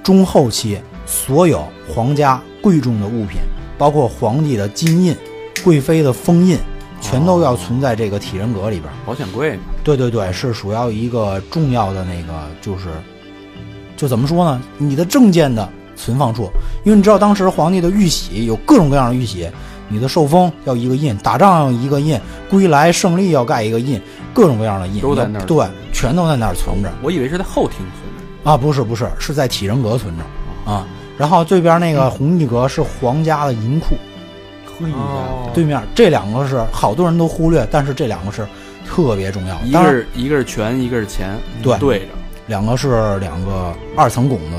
Speaker 5: 中后期所有皇家贵重的物品，包括皇帝的金印、贵妃的封印，全都要存在这个体仁阁里边。
Speaker 2: 保险柜嘛，
Speaker 5: 对对对，是属要一个重要的那个，就是，就怎么说呢？你的证件的存放处，因为你知道当时皇帝的玉玺有各种各样的玉玺，你的受封要一个印，打仗要一个印，归来胜利要盖一个印，各种各样的印
Speaker 2: 都在那儿
Speaker 5: 对，全都在那儿存着
Speaker 2: 我以为是在后厅存的。
Speaker 5: 啊！不是不是，是在体仁阁存着啊。然后这边那个弘毅阁是皇家的银库，
Speaker 2: 嘿呀，
Speaker 5: 对面这两个是好多人都忽略，但是这两个是特别重要的。
Speaker 2: 一
Speaker 5: 当
Speaker 2: 个
Speaker 5: 然，
Speaker 2: 是一个是权，一个是钱，
Speaker 5: 对
Speaker 2: 对着，
Speaker 5: 两个是两个二层拱的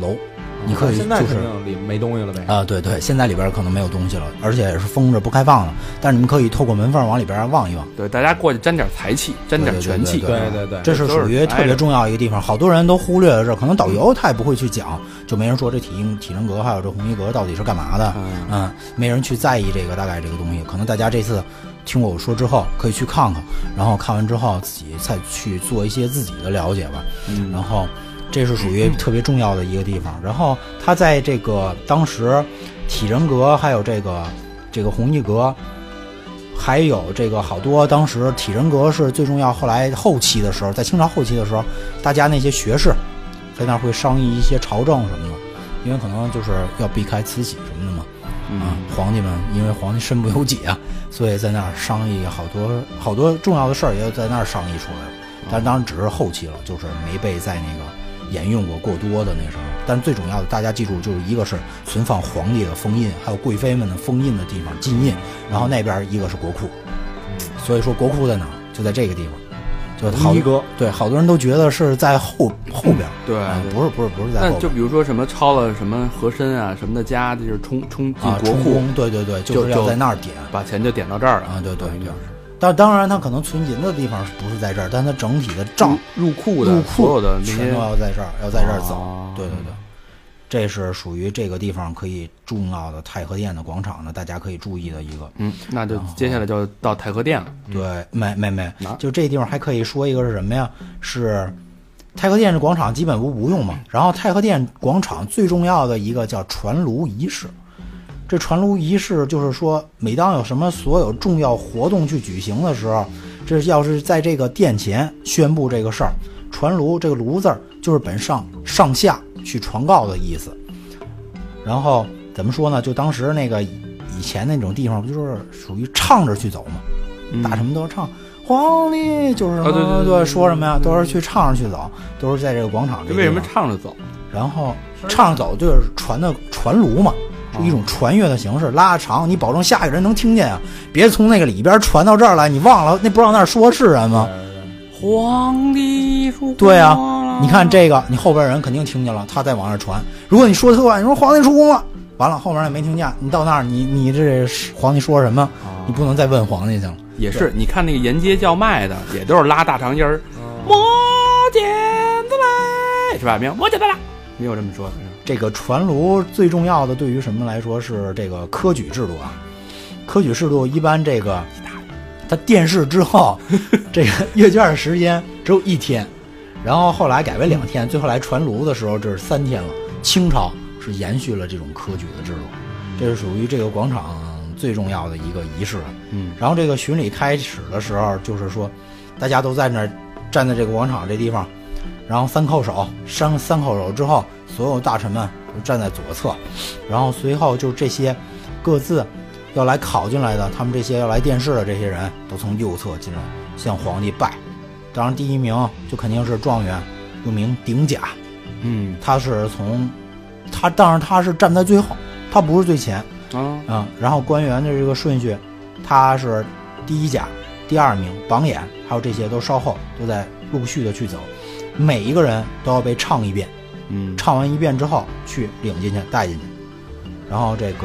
Speaker 5: 楼，你可以
Speaker 4: 现在
Speaker 5: 就是
Speaker 4: 肯定里没东西了呗。
Speaker 5: 啊、对对，现在里边可能没有东西了，而且是封着不开放的，但是你们可以透过门缝往里边望一望，
Speaker 2: 对，大家过去沾点财气，沾点权气，
Speaker 5: 对
Speaker 4: 对对，
Speaker 5: 这是
Speaker 2: 都是
Speaker 5: 属于特别重要一个地方，好多人都忽略了这儿，可能导游他也不会去讲，就没人说这体硬体能阁还有这红衣阁到底是干嘛的，
Speaker 2: 嗯，
Speaker 5: 嗯，没人去在意这个大概这个东西，可能大家这次听我说之后可以去看看，然后看完之后自己再去做一些自己的了解吧，
Speaker 2: 嗯
Speaker 5: 然后这是属于特别重要的一个地方。然后它在这个当时体仁阁，还有这个这个弘毅阁，还有这个好多当时体仁阁是最重要。后来后期的时候，在清朝后期的时候，大家那些学士在那儿会商议一些朝政什么的，因为可能就是要避开慈禧什么的嘛。啊，皇帝们因为皇帝身不由己啊，所以在那儿商议好多好多重要的事儿，也在那儿商议出来了。但当然只是后期了，就是没被在那个沿用过过多的那时候。但最重要的，大家记住，就是一个是存放皇帝的封印，还有贵妃们的封印的地方禁印，然后那边一个是国库。所以说国库在哪儿？就在这个地方。就好
Speaker 4: 一哥，
Speaker 5: 对，好多人都觉得是在后后边儿，
Speaker 2: 对
Speaker 5: 嗯
Speaker 2: 对
Speaker 5: 不是不是不是在后
Speaker 2: 那
Speaker 5: 边
Speaker 2: 就
Speaker 5: 儿，
Speaker 2: 比如说什么抄了什么和珅啊什么的家，就是冲冲进
Speaker 5: 啊，
Speaker 2: 国
Speaker 5: 充
Speaker 2: 库，
Speaker 5: 公，对对对，
Speaker 2: 就是
Speaker 5: 要
Speaker 2: 就嗯
Speaker 5: 在那儿点。
Speaker 2: 把钱就点到这儿了
Speaker 5: 啊对对
Speaker 2: 等于就是
Speaker 5: 但当然，它可能存银的地方是不是在这儿？但它整体的账
Speaker 2: 入入库
Speaker 5: 入
Speaker 2: 的
Speaker 5: 库
Speaker 2: 所有的那
Speaker 5: 全
Speaker 2: 些
Speaker 5: 都要在这儿，要在这儿走。
Speaker 2: 哦
Speaker 5: 对对对，这是属于这个地方可以重要的太和殿的广场呢，大家可以注意的一个。
Speaker 2: 嗯，那就接下来就到太和殿了，
Speaker 5: 对，没没没
Speaker 2: 嗯哪儿，
Speaker 5: 就这地方还可以说一个是什么呀？是太和殿这广场基本不不用
Speaker 2: 嗯
Speaker 5: 嘛。然后太和殿广场最重要的一个叫传炉仪式。这传炉仪式就是说，每当有什么所有重要活动去举行的时候，这要是在这个殿前宣布这个事儿，传炉这个炉字儿就是本上上下去传告的意思。然后怎么说呢？就当时那个以以前那种地方，不就是属于唱着去走嘛？
Speaker 2: 嗯
Speaker 5: 打什么都是唱，皇帝就是什么、
Speaker 2: 啊对对对对
Speaker 5: 说什么呀，都是去唱上去走，都是在这个广场这
Speaker 2: 这
Speaker 5: 个
Speaker 2: 为什么
Speaker 5: 地方？
Speaker 2: 唱着走？
Speaker 5: 然后唱上走就是传的传炉嘛，
Speaker 2: 啊
Speaker 5: 是一种传阅的形式，拉长，你保证下一个人能听见啊，别从那个里边传到这儿来，你忘了那不知道那儿说是什么。
Speaker 2: 嗯皇帝说
Speaker 5: 对啊，你看这个，你后边人肯定听见了，他再往上传。如果你说特晚，你说皇帝出宫了，完了后面也没听见，你到那儿，你你这皇帝说什么，
Speaker 2: 啊
Speaker 5: 你不能再问皇帝去了。
Speaker 2: 也是，你看那个沿街叫卖的，也都是拉大长音儿，
Speaker 4: 嗯
Speaker 5: 哦
Speaker 2: 摸剪子来，是吧？没有摸剪子来，没有这么说的。
Speaker 5: 这个传炉最重要的对于什么来说是这个科举制度啊？科举制度一般这个，它殿试之后，这个阅卷时间只有一天，然后后来改为两天，最后来传炉的时候这是三天了。清朝是延续了这种科举的制度，这是属于这个广场最重要的一个仪式。
Speaker 2: 嗯
Speaker 5: 然后这个巡礼开始的时候，就是说，大家都在那儿站在这个广场这地方，然后三叩首，三三叩首之后，所有大臣们都站在左侧，然后随后就这些各自要来考进来的，他们这些要来殿试的这些人都从右侧进来，向皇帝拜。当然，第一名就肯定是状元，又名顶甲，
Speaker 2: 嗯
Speaker 5: 他是从他，当然他是站在最后，他不是最前。
Speaker 2: 啊
Speaker 5: 嗯，然后官员的这个顺序，他是第一甲、第二名、榜眼，还有这些都稍后都在陆续的去走，每一个人都要被唱一遍，
Speaker 2: 嗯
Speaker 5: 唱完一遍之后去领进去带进去，然后这个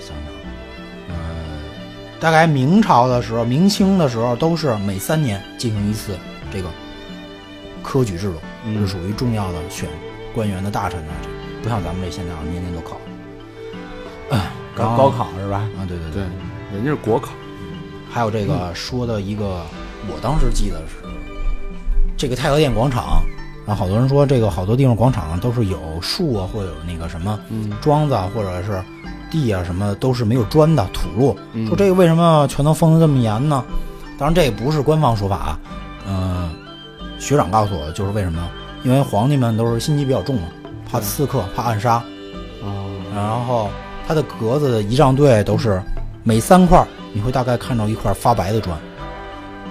Speaker 5: 想想，呃，大概明朝的时候、明清的时候都是每三年进行一次这个科举制度，
Speaker 2: 嗯
Speaker 5: 是属于重要的选官员的大臣啊的，这不像咱们这现在啊年年都考。啊
Speaker 4: 高高考是吧？
Speaker 5: 啊，对对嗯
Speaker 2: 对，人家是国考，
Speaker 5: 还有这个说的一个，我当时记得是这个太和殿广场，然后好多人说这个好多地方广场都是有树啊，或者有那个什么
Speaker 2: 嗯
Speaker 5: 桩子啊，或者是地啊什么都是没有砖的土路，
Speaker 2: 嗯
Speaker 5: 说这个为什么全都封得这么严呢？当然这也不是官方说法啊，嗯，学长告诉我的就是为什么，因为皇帝们都是心机比较重嘛，怕刺客，怕暗杀，
Speaker 2: 啊
Speaker 5: 然后它的格子的仪仗队都是每三块儿你会大概看到一块发白的砖，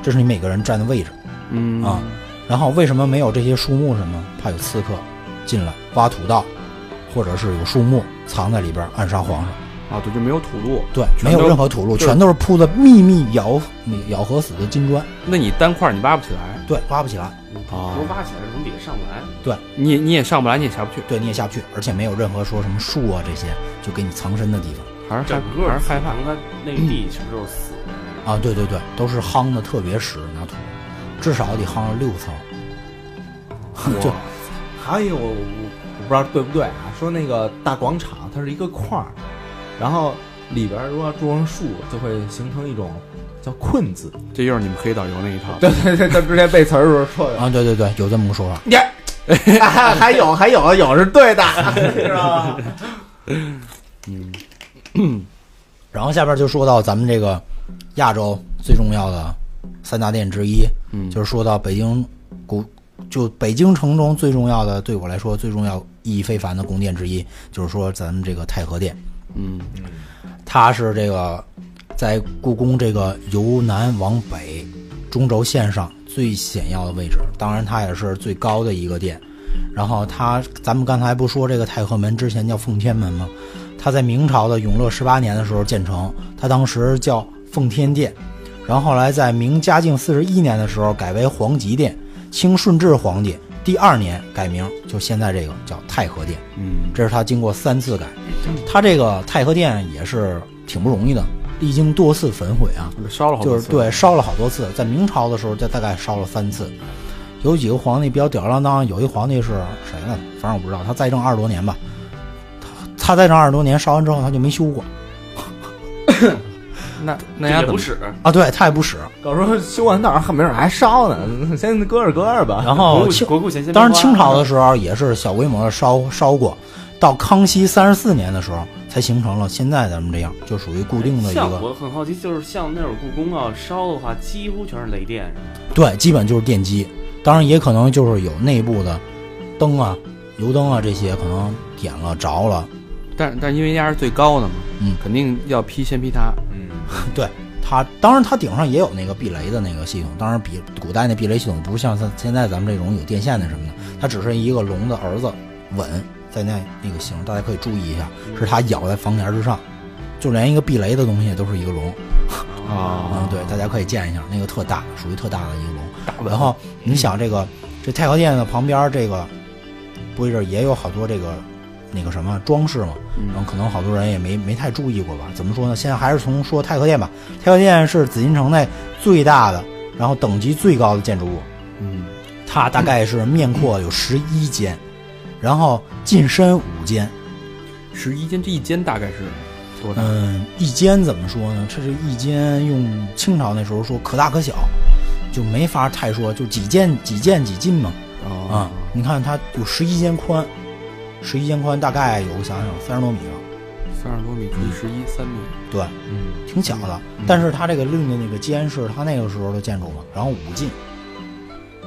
Speaker 5: 这是你每个人站的位置。
Speaker 2: 嗯
Speaker 5: 啊然后为什么没有这些树木什么？怕有刺客进来挖土道，或者是有树木藏在里边儿暗杀皇上。
Speaker 2: 啊对，就没有土路。
Speaker 5: 对，
Speaker 2: 全
Speaker 5: 没
Speaker 2: 都
Speaker 5: 有任何土路，
Speaker 2: 对
Speaker 5: 全都是铺的密密咬咬合死的金砖，
Speaker 2: 那你单块儿你挖不起来，
Speaker 5: 对，挖不起来，
Speaker 2: 哦
Speaker 3: 不是挖起来是从底下上不来，
Speaker 2: 你你也上不来，你也下不去，
Speaker 5: 对你也下不去，而且没有任何说什么树啊这些就给你藏身的地方
Speaker 2: 还是害
Speaker 3: 整个
Speaker 2: 还是害怕。
Speaker 3: 从它那个地全都是死的那个。
Speaker 5: 啊。对对对，都是夯的特别实，拿土，至少得夯上六层。就
Speaker 4: 还有我我我不知道对不对啊，说那个大广场它是一个块儿，然后里边儿如果种上树，就会形成一种叫困字。
Speaker 2: 这又是你们黑导游那一套。
Speaker 4: 对对对，咱之前背词儿时候说的。
Speaker 5: 啊，对对对，有这么个说法。
Speaker 4: 呀，还有还有有是对的， 是吧？
Speaker 5: 然后下边就说到咱们这个亚洲最重要的三大殿之一，
Speaker 2: 嗯
Speaker 5: 就是说到北京古，就北京城中最重要的，对我来说最重要意义非凡的宫殿之一，就是说咱们这个太和殿，
Speaker 2: 嗯
Speaker 5: 它是这个在故宫这个由南往北中轴线上最显要的位置，当然它也是最高的一个殿。然后它，咱们刚才不说这个太和门之前叫奉天门吗？它在明朝的永乐十八年的时候建成，它当时叫奉天殿，然后后来在明嘉靖四十一年的时候改为皇极殿，清顺治皇帝第二年改名，就现在这个叫太和殿。
Speaker 2: 嗯
Speaker 5: 这是他经过三次改。他这个太和殿也是挺不容易的，历经多次焚毁啊，
Speaker 2: 烧了好多
Speaker 5: 就是
Speaker 2: 次
Speaker 5: 对烧了好多次，在明朝的时候，就大概烧了三次。有几个皇帝比较吊儿郎当，有一皇帝是谁来着？反正我不知道，他在政二十多年吧。他他在政二十多年，烧完之后他就没修过
Speaker 2: 那那
Speaker 3: 这
Speaker 2: 家
Speaker 3: 也
Speaker 2: 怎
Speaker 3: 不
Speaker 2: 么
Speaker 3: 使，
Speaker 5: 啊，对他也不使。
Speaker 4: 搞时候修完道儿还没人还烧呢，先搁着搁着吧。
Speaker 3: 国
Speaker 5: 然
Speaker 3: 库
Speaker 5: 后哦清
Speaker 3: 国库钱先别
Speaker 5: 当然
Speaker 3: 花
Speaker 5: 清朝的时候也是小规模的烧烧过，到康熙三十四年的时候才形成了现在咱们这样，就属于固定的一
Speaker 3: 像
Speaker 5: 个
Speaker 3: 我很好奇，就是像那会儿故宫啊烧的话，几乎全是雷电，是吗？
Speaker 5: 对，基本就是电机，当然也可能就是有内部的灯啊、油灯啊这些可能点了着了，
Speaker 2: 但但因为人家是最高的嘛，
Speaker 5: 嗯
Speaker 2: 肯定要劈先劈它。
Speaker 4: 嗯，
Speaker 5: 它当然它顶上也有那个避雷的那个系统，当然比古代那避雷系统不是像现现在咱们这种有电线的什么的，它只是一个龙的儿子吻在那那个形，大家可以注意一下，是它咬在房檐之上，就连一个避雷的东西都是一个龙啊、
Speaker 2: 啊
Speaker 5: 对，大家可以见一下，那个特大，属于特大的一个龙。
Speaker 2: 大
Speaker 5: 然后你想这个这太和殿的旁边这个，不是也有好多这个那个什么装饰嘛？然后可能好多人也没没太注意过吧？怎么说呢？现在还是从说太和殿吧。太和殿是紫禁城内最大的，然后等级最高的建筑物，
Speaker 2: 嗯
Speaker 5: 它大概是面阔有十一间，然后进深五间。
Speaker 2: 十一间，这一间大概是多大？
Speaker 5: 嗯，一间怎么说呢？这是一间，用清朝那时候说可大可小，就没法太说，就几间几间几进嘛。啊
Speaker 2: 啊，
Speaker 5: 你看它有十一间宽，十一间宽大概有我想想三十多米吧，
Speaker 2: 三十多米
Speaker 5: 嗯
Speaker 2: 除以十一，三米。
Speaker 5: 对，
Speaker 4: 嗯，
Speaker 5: 挺小的。但是它这个论的那个基安是它那个时候的建筑嘛，然后五进，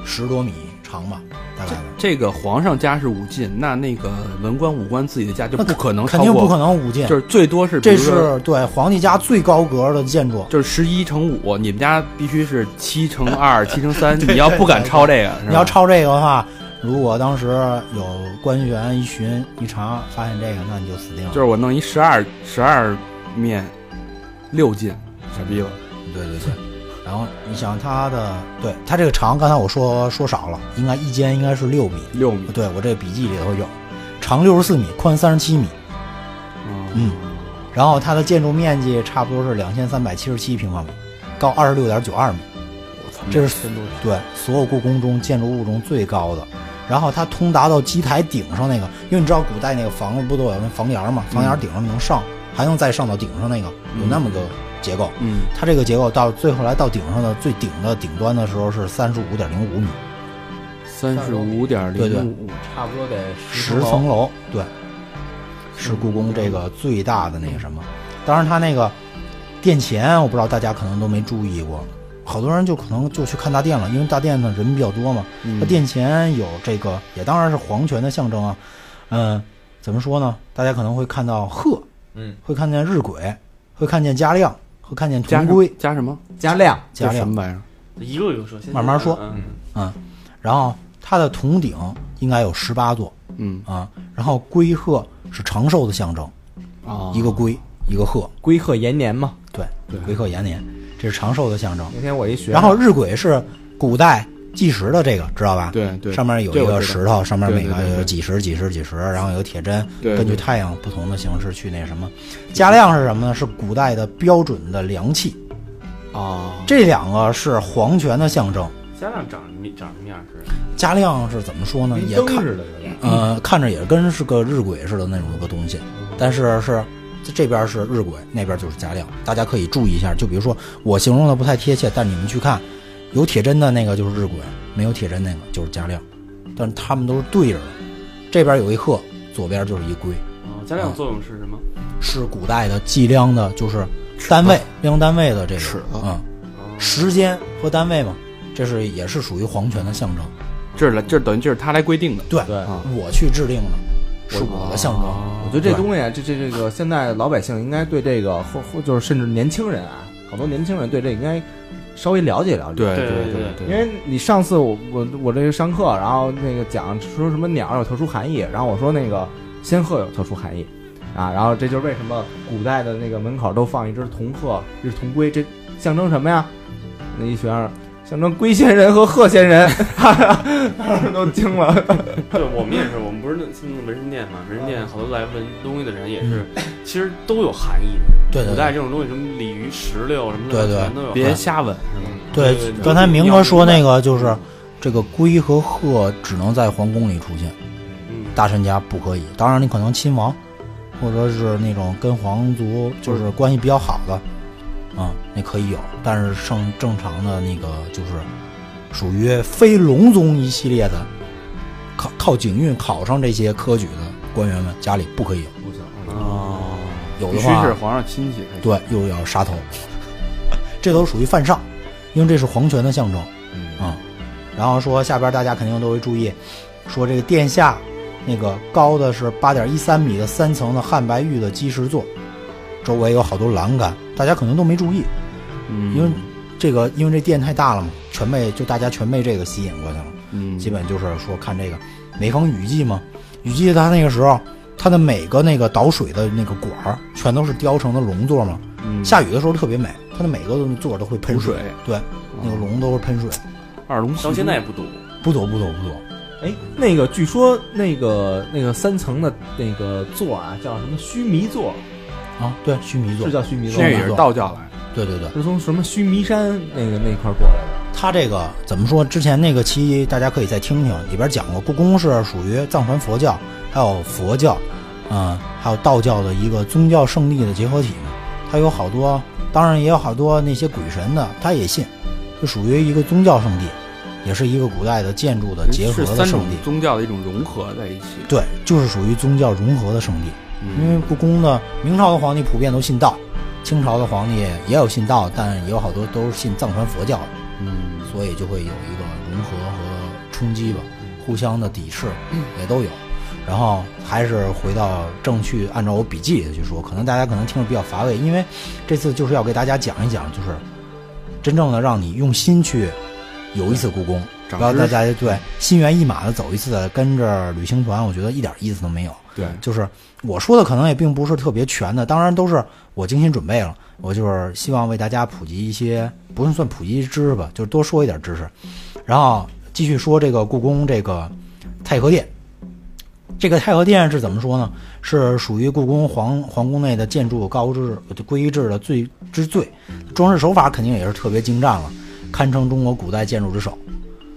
Speaker 5: 十多米长吧，大概吧。
Speaker 2: 这个皇上家是五进，那那个文官武官自己的家就不可能
Speaker 5: 肯
Speaker 2: 超
Speaker 5: 定不
Speaker 2: 过，
Speaker 5: 可能五进，
Speaker 2: 就是最多是比
Speaker 5: 这
Speaker 2: 如说
Speaker 5: 是对皇帝家最高格的建筑。
Speaker 2: 就是十一乘五，你们家必须是七乘 二、七乘三，你要不敢超这个，是吧
Speaker 5: 你要超这个的话，如果当时有官学员一巡一查，发现这个，那你就死定了。
Speaker 2: 就是我弄一十二十二面六进，傻逼了。
Speaker 5: 对对对。然后你想它的，对它这个长，刚才我说说少了，应该一间应该是六米。
Speaker 2: 六米，
Speaker 5: 对我这笔记里头有，长六十四米，宽三十七米。嗯，然后它的建筑面积差不多是两千三百七十七平方米，高二十六点九二米。
Speaker 2: 我操，
Speaker 5: 这是
Speaker 2: 真多。
Speaker 5: 对，所有故宫中建筑物中最高的。然后它通达到基台顶上那个，因为你知道古代那个房子不都有那房檐嘛，房檐顶上能上，还能再上到顶上那个，有那么个结构。
Speaker 2: 嗯嗯，
Speaker 5: 它这个结构到最后来到顶上的最顶的顶端的时候是三十五点零五米，
Speaker 2: 三十五点
Speaker 5: 对对
Speaker 2: 零五，
Speaker 4: 差不多得
Speaker 5: 十层楼，对，是故宫这个最大的那个什么。当然，它那个殿前，我不知道大家可能都没注意过，好多人就可能就去看大殿了，因为大殿呢人比较多嘛。它殿前有这个，也当然是皇权的象征啊。嗯，怎么说呢？大家可能会看到鹤，
Speaker 4: 嗯，
Speaker 5: 会看见日晷，会看见嘉亮，会看见
Speaker 2: 加
Speaker 5: 铜龟，
Speaker 2: 加什么？
Speaker 4: 加量，
Speaker 5: 嘉
Speaker 2: 这什
Speaker 5: 亮。
Speaker 2: 么玩意儿？
Speaker 3: 一个一个说，先
Speaker 5: 慢慢说
Speaker 3: 嗯，
Speaker 5: 然后它的铜鼎应该有十八座
Speaker 2: 嗯
Speaker 5: 啊。然后龟鹤是长寿的象征，
Speaker 2: 啊，
Speaker 5: 一个龟，一个鹤，
Speaker 4: 龟鹤延年嘛。
Speaker 5: 对，龟鹤延年，这是长寿的象征。
Speaker 4: 那天我一学，
Speaker 5: 然后日晷是古代计时的这个，知道吧？
Speaker 2: 对对
Speaker 5: 上面有一
Speaker 2: 这我
Speaker 5: 个
Speaker 2: 知道
Speaker 5: 石头，上面
Speaker 2: 对
Speaker 5: 每
Speaker 2: 对
Speaker 5: 个
Speaker 2: 对
Speaker 5: 有
Speaker 2: 对
Speaker 5: 几十、几十、几十，然后有铁针，
Speaker 2: 对
Speaker 5: 根据
Speaker 2: 对
Speaker 5: 太阳不同的形式去那什么。加量是什么呢？是古代的标准的量器，
Speaker 2: 啊，
Speaker 5: 这两个是皇权的象征。
Speaker 3: 家长长什么长什么样是？
Speaker 5: 加量是怎么说呢？
Speaker 4: 跟
Speaker 5: 也
Speaker 4: 灯
Speaker 5: 看
Speaker 4: 似的有点，
Speaker 5: 呃，看着也跟是个日晷似的那种个东西，但是是这边是日晷，那边就是加量，大家可以注意一下。就比如说我形容的不太贴切，但你们去看，有铁针的那个就是日晷，没有铁针那个就是加量，但是它们都是对着的。这边有一鹤，左边就是一龟，
Speaker 3: 哦，加
Speaker 5: 啊
Speaker 3: 量作用是什么？
Speaker 5: 是古代的计量的，就是单位量单位的这个
Speaker 2: 尺子
Speaker 5: 嗯，
Speaker 3: 哦，
Speaker 5: 时间和单位嘛，这是也是属于皇权的象征。
Speaker 2: 这是来，这等于就是他来规定的。
Speaker 5: 对，
Speaker 4: 对。
Speaker 2: 啊
Speaker 5: 我去制定的，是我的象征。
Speaker 2: 哦
Speaker 4: 我觉得这东西啊，这这这个现在老百姓应该对这个或或就是甚至年轻人啊，好多年轻人对这应该稍微了解了解。
Speaker 2: 对
Speaker 3: 对对
Speaker 2: 对
Speaker 4: 因为你上次我我我这个上课，然后那个讲说什么鸟有特殊含义，然后我说那个仙鹤有特殊含义，啊，然后这就是为什么古代的那个门口都放一只铜鹤，一只铜龟，这象征什么呀？那一学生象征龟仙人和鹤仙人， 当时都惊了。
Speaker 3: 对，我们也是，我们不是那现在文人店嘛，文人店好多来闻东西的人也是，
Speaker 2: 嗯
Speaker 3: 其实都有含义的。
Speaker 5: 对对
Speaker 3: 古
Speaker 5: 对
Speaker 3: 代。这种东西，什么鲤鱼、石榴什么
Speaker 5: 对
Speaker 3: 的，
Speaker 5: 对
Speaker 3: 全都有含义。
Speaker 2: 别瞎问。
Speaker 3: 是吧
Speaker 5: 对，刚才明哥说那，个就是，这个龟和鹤只能在皇宫里出现，
Speaker 3: 嗯，
Speaker 5: 大臣家不可以。当然，你可能亲王，或者是那种跟皇族就是关系比较好的，啊、那可以有。但是正正常的那个就是，属于非龙宗一系列的，考靠景运考上这些科举的官员们家里不可以有，
Speaker 2: 哦，
Speaker 5: 有
Speaker 2: 必
Speaker 5: 的
Speaker 2: 须
Speaker 5: 话
Speaker 2: 是皇上亲戚才行。
Speaker 5: 对，又要杀头， 这都属于犯上，因为这是皇权的象征，啊、然后说下边大家肯定都会注意，说这个殿下那个高的是八点一三米的三层的汉白玉的基石座，周围有好多栏杆，大家可能都没注意，
Speaker 2: 嗯，
Speaker 5: 因为这个因为这殿太大了嘛，全被就大家全被这个吸引过去了。
Speaker 2: 嗯
Speaker 5: 基本就是说看这个每逢雨季嘛，雨季它那个时候，它的每个那个导水的那个管儿全都是雕成的龙座嘛。
Speaker 2: 嗯
Speaker 5: 下雨的时候特别美，它的每个座都会喷
Speaker 2: 补水哦
Speaker 5: 对，那个龙都会喷水，
Speaker 2: 二龙戏珠
Speaker 3: 到现在也不堵，
Speaker 5: 不走不走不走。
Speaker 4: 哎，那个据说那个那个三层的那个座啊，叫什么须弥座，
Speaker 5: 啊，对，须弥座
Speaker 4: 是，叫须弥座
Speaker 2: 那
Speaker 4: 吗？
Speaker 2: 也是道教来的。
Speaker 5: 对对对，
Speaker 4: 是从什么须弥山那个那块儿过来的。
Speaker 5: 它这个怎么说？之前那个期大家可以再听听，里边讲过，故宫是属于藏传佛教，还有佛教，嗯，还有道教的一个宗教圣地的结合体嘛。它有好多，当然也有好多那些鬼神的，他也信，就属于一个宗教圣地，也是一个古代的建筑的结合
Speaker 2: 是
Speaker 5: 的
Speaker 2: 三
Speaker 5: 圣
Speaker 2: 种
Speaker 5: 地。
Speaker 2: 宗教的一种融合在一起。
Speaker 5: 对，就是属于宗教融合的圣地。因为故宫的明朝的皇帝普遍都信道，清朝的皇帝也有信道，但也有好多都是信藏传佛教的。
Speaker 2: 嗯
Speaker 5: 所以就会有一个融合和冲击吧，互相的抵制也都有。然后还是回到正去，按照我笔记去说，可能大家可能听着比较乏味，因为这次就是要给大家讲一讲，就是真正的让你用心去游一次故宫，
Speaker 2: 长
Speaker 5: 不要
Speaker 2: 知
Speaker 5: 大
Speaker 2: 识
Speaker 5: 家对心猿意马的走一次，跟着旅行团，我觉得一点意思都没有。
Speaker 2: 对，
Speaker 5: 就是我说的可能也并不是特别全的，当然都是我精心准备了。我就是希望为大家普及一些，不用算普及知识吧，就是多说一点知识。然后继续说这个故宫这个太和殿，这个太和殿是怎么说呢？是属于故宫皇皇宫内的建筑高制呃规制的最之最，装饰手法肯定也是特别精湛了，堪称中国古代建筑之首。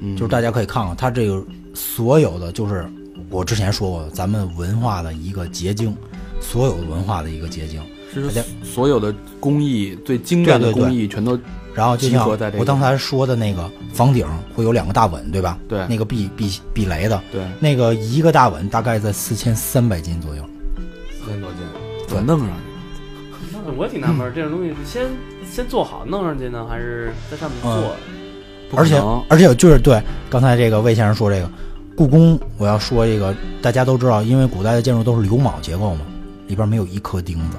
Speaker 2: 嗯
Speaker 5: 就是大家可以看看它这个所有的，就是我之前说过的，咱们文化的一个结晶，所有的文化的一个结晶。
Speaker 2: 是
Speaker 5: 大家
Speaker 2: 嗯所有的工艺最精湛的
Speaker 5: 对对对
Speaker 2: 工艺全都
Speaker 5: 然后就
Speaker 2: 集
Speaker 5: 像
Speaker 2: 合在这个
Speaker 5: 我刚才说的那个房顶会有两个大吻，对吧？
Speaker 2: 对
Speaker 5: 那个避避避雷的，
Speaker 2: 对，
Speaker 5: 那个一个大吻大概在四千三百斤左右。
Speaker 4: 四千多斤，
Speaker 2: 怎么弄上嗯
Speaker 3: 我挺纳闷儿，这种东西是先先做好弄上去呢，还是在上面
Speaker 5: 嗯
Speaker 3: 做？
Speaker 2: 去？
Speaker 5: 而且
Speaker 2: 不可能
Speaker 5: 而且有就是对刚才这个魏先生说这个故宫，我要说一个，大家都知道，因为古代的建筑都是榫卯结构嘛，里边没有一颗钉子。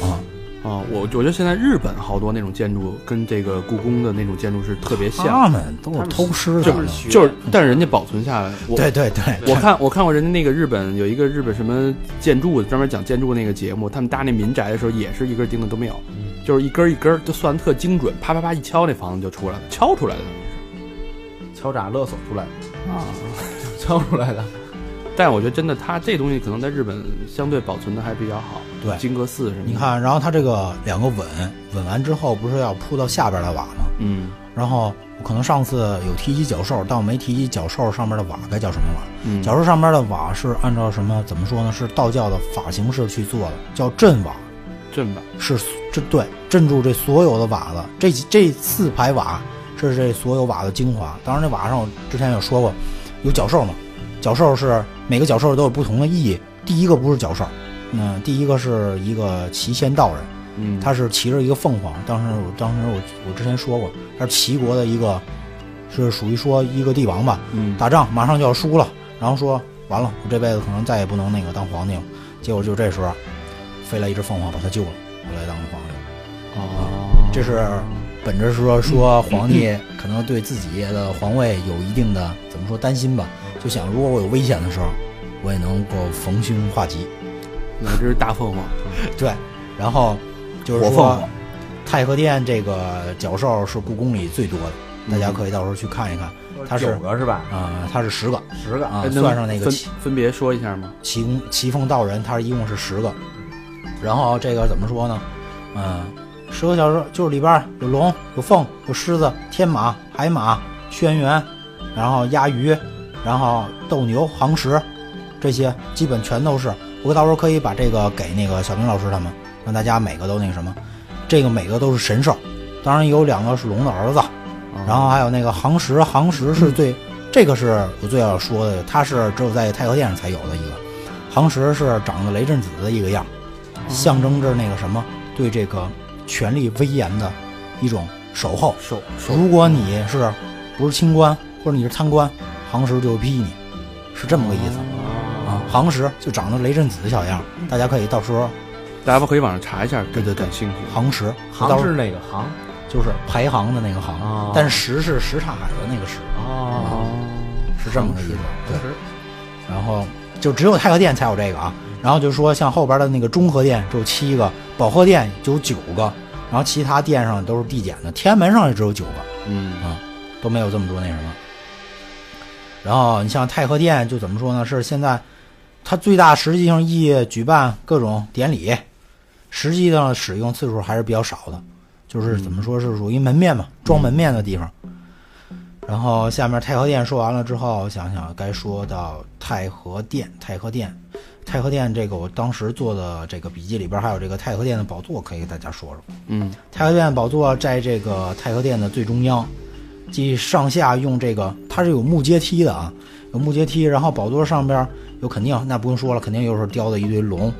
Speaker 5: 啊，
Speaker 2: 啊，我我觉得现在日本好多那种建筑跟这个故宫的那种建筑是特别像
Speaker 5: 他，们都是偷师
Speaker 3: 就
Speaker 5: 的
Speaker 3: 是，学，
Speaker 2: 就是但是人家保存下来，我
Speaker 5: 对对对，
Speaker 2: 我看我看过人家那个日本有一个日本什么建筑专门讲建筑那个节目，他们搭那民宅的时候也是一根钉子都没有，
Speaker 5: 嗯
Speaker 2: 就是一根儿一根儿就算得特精准，啪啪啪一敲那房子就出来了，敲出来的。
Speaker 4: 敲诈勒索出来的，
Speaker 2: 啊，
Speaker 4: 敲出来的。
Speaker 2: 但我觉得真的，它这东西可能在日本相对保存的还比较好。
Speaker 5: 对
Speaker 2: 金阁寺什么的，
Speaker 5: 你，看，然后它这个两个吻吻完之后，不是要铺到下边的瓦吗？
Speaker 2: 嗯
Speaker 5: 然后我可能上次有提及角兽，但我没提及角兽上面的瓦该叫什么瓦。
Speaker 2: 嗯，
Speaker 5: 角兽上面的瓦是按照什么？怎么说呢？是道教的法形式去做的，叫镇瓦，
Speaker 2: 镇吧，
Speaker 5: 是这对镇住这所有的瓦子。这几这四排瓦是这所有瓦的精华。当然，这瓦上我之前有说过，有角兽嘛，角兽是每个角兽都有不同的意义。第一个不是角兽，嗯，第一个是一个齐仙道人。
Speaker 2: 嗯，
Speaker 5: 他是骑着一个凤凰，当时我当时我我之前说过，他是齐国的一个，是属于说一个帝王吧，
Speaker 2: 嗯
Speaker 5: 打仗马上就要输了，然后说完了，我这辈子可能再也不能那个当皇帝了。结果就这时候，飞来一只凤凰把他救了，后来当了皇帝。
Speaker 2: 哦，
Speaker 5: 这是本着说说 皇帝可能对自己的皇位有一定的怎么说担心吧，就想如果我有危险的时候，我也能够逢凶 化吉。
Speaker 2: 哪只大凤凰？
Speaker 5: 对，然后就是
Speaker 2: 火凤
Speaker 5: 说
Speaker 2: 凰，
Speaker 5: 太和殿这个角兽是故宫里最多的，大家
Speaker 2: 嗯
Speaker 5: 可以到时候去看一看。它是
Speaker 4: 九个是吧？
Speaker 5: 啊、它是十个
Speaker 4: 十个，
Speaker 5: 啊、
Speaker 2: 哎能
Speaker 5: 算上那个
Speaker 2: 分
Speaker 5: 齐
Speaker 2: 分别说一下吗？
Speaker 5: 齐公齐凤道人，它是一共是十个。然后这个怎么说呢？嗯、十个角兽就是里边儿有龙、有凤、有狮子、天马、海马、轩辕，然后鸭鱼，然后斗牛、行石，这些基本全都是。我到时候可以把这个给那个小明老师他们，让大家每个都那个什么，这个每个都是神兽，当然有两个是龙的儿子，然后还有那个行石，行石是最、这个是我最要说的，它是只有在太和殿上才有的一个，行石是长得雷震子的一个样，象征着那个什么对这个权力威严的一种守候。
Speaker 2: 手手
Speaker 5: 如果你是不是清官，或者你是贪官，行石就批你，是这么个意思。
Speaker 4: 哦
Speaker 5: 啊，行石就长得雷震子的小样，
Speaker 4: 嗯
Speaker 5: 大家可以到时候
Speaker 2: 大家可以网上查一下，
Speaker 5: 对对对
Speaker 2: 感兴趣。
Speaker 5: 行石，到
Speaker 4: 行
Speaker 5: 时
Speaker 4: 是
Speaker 5: 候
Speaker 4: 那个行
Speaker 5: 就是排行的那个行，
Speaker 4: 哦
Speaker 5: 但是石是什刹海的那个石，
Speaker 4: 哦，
Speaker 5: 是这么个意思。对，
Speaker 4: 是
Speaker 5: 然后就只有太和殿才有这个啊。
Speaker 4: 嗯
Speaker 5: 然后就说像后边的那个中和殿只有七个，保和殿只有九个，然后其他殿上都是递减的，天安门上也只有九个，
Speaker 2: 嗯
Speaker 5: 都没有这么多那什么。然后你像太和殿就怎么说呢？是现在它最大实际上意义举办各种典礼，实际上使用次数还是比较少的，就是怎么说是属于门面嘛，装门面的地方。然后下面太和殿说完了之后，想想该说到太和殿，太和殿，太和殿这个我当时做的这个笔记里边还有这个太和殿的宝座，可以给大家说说。
Speaker 2: 嗯
Speaker 5: 太和殿宝座在这个太和殿的最中央，即上下用这个，它是有木阶梯的啊，有木阶梯，然后宝座上边有肯定那不用说了，肯定又是雕的一堆龙，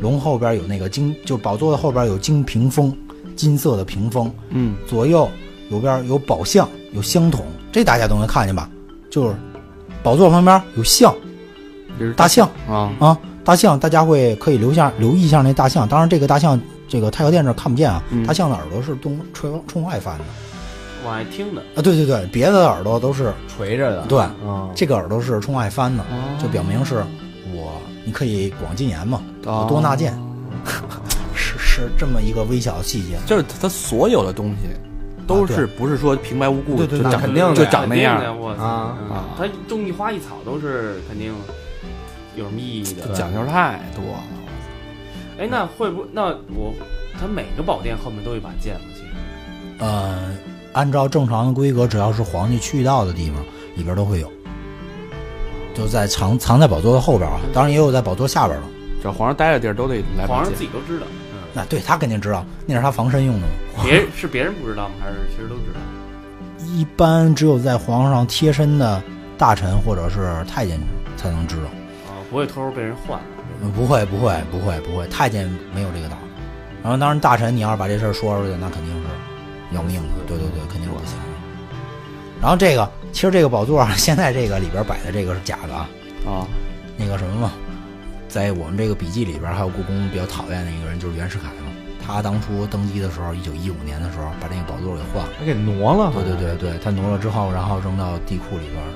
Speaker 5: 龙后边有那个金，就宝座的后边有金屏风，金色的屏风，
Speaker 2: 嗯，
Speaker 5: 左右有边有宝像，有香筒，这大家都能看见吧？就是宝座旁边有像，
Speaker 2: 就是
Speaker 5: 大象
Speaker 2: 啊，
Speaker 5: 啊，大象大家会可以留下留意一下那大象，当然这个大象这个太和殿这儿看不见啊，
Speaker 2: 嗯
Speaker 5: 大象的耳朵是东冲冲外翻的
Speaker 3: 往外听的，
Speaker 5: 啊，对对对，别的耳朵都是
Speaker 4: 垂着的，
Speaker 5: 对，
Speaker 4: 啊，
Speaker 5: 这个耳朵是冲外翻的，
Speaker 2: 哦
Speaker 5: 就表明是我，你可以广进言嘛，
Speaker 2: 哦
Speaker 5: 我多纳谏， 是是这么一个微小的细节。
Speaker 2: 就是它所有的东西都是不是说平白无故
Speaker 5: 对
Speaker 2: 就
Speaker 5: 对对
Speaker 2: 长
Speaker 4: 肯定的
Speaker 2: 就长那样
Speaker 3: 肯定的我操
Speaker 4: 啊
Speaker 2: 啊
Speaker 3: 嗯它种一花一草都是肯定有什么意义的。
Speaker 2: 讲究太多了。
Speaker 3: 哎，那会不那我它每个宝殿后面都有一把剑吗？其实
Speaker 5: 呃，按照正常的规格，只要是皇帝去到的地方，里边都会有，就在藏藏在宝座的后边啊，当然也有在宝座下边的。
Speaker 2: 只要皇上待的地儿都得来把
Speaker 3: 皇上
Speaker 2: 剑嗯
Speaker 3: 自己都知道，
Speaker 5: 那对他肯定知道，那是他防身用的嘛。
Speaker 3: 嗯，别人是别人不知道吗？还是其实都知道？
Speaker 5: 一般只有在皇上贴身的大臣或者是太监才能知道，
Speaker 3: 啊，不会偷偷被人换。
Speaker 5: 呃不会不会不会不会，太监没有这个道。然后当然大臣，你要是把这事儿说出去，那肯定是要命的，对对对，肯定是不行的。然后这个其实这个宝座啊， 现在这个里边摆的这个是假的啊，
Speaker 2: 啊，
Speaker 5: 那个什么嘛，在我们这个笔记里边，还有故宫比较讨厌的一个人就是袁世凯嘛。他当初登基的时候，一九一五年的时候，把那个宝座给换了。
Speaker 4: 他给挪了，
Speaker 5: 哦对对对对，他挪了之后，然后扔到地库里边儿，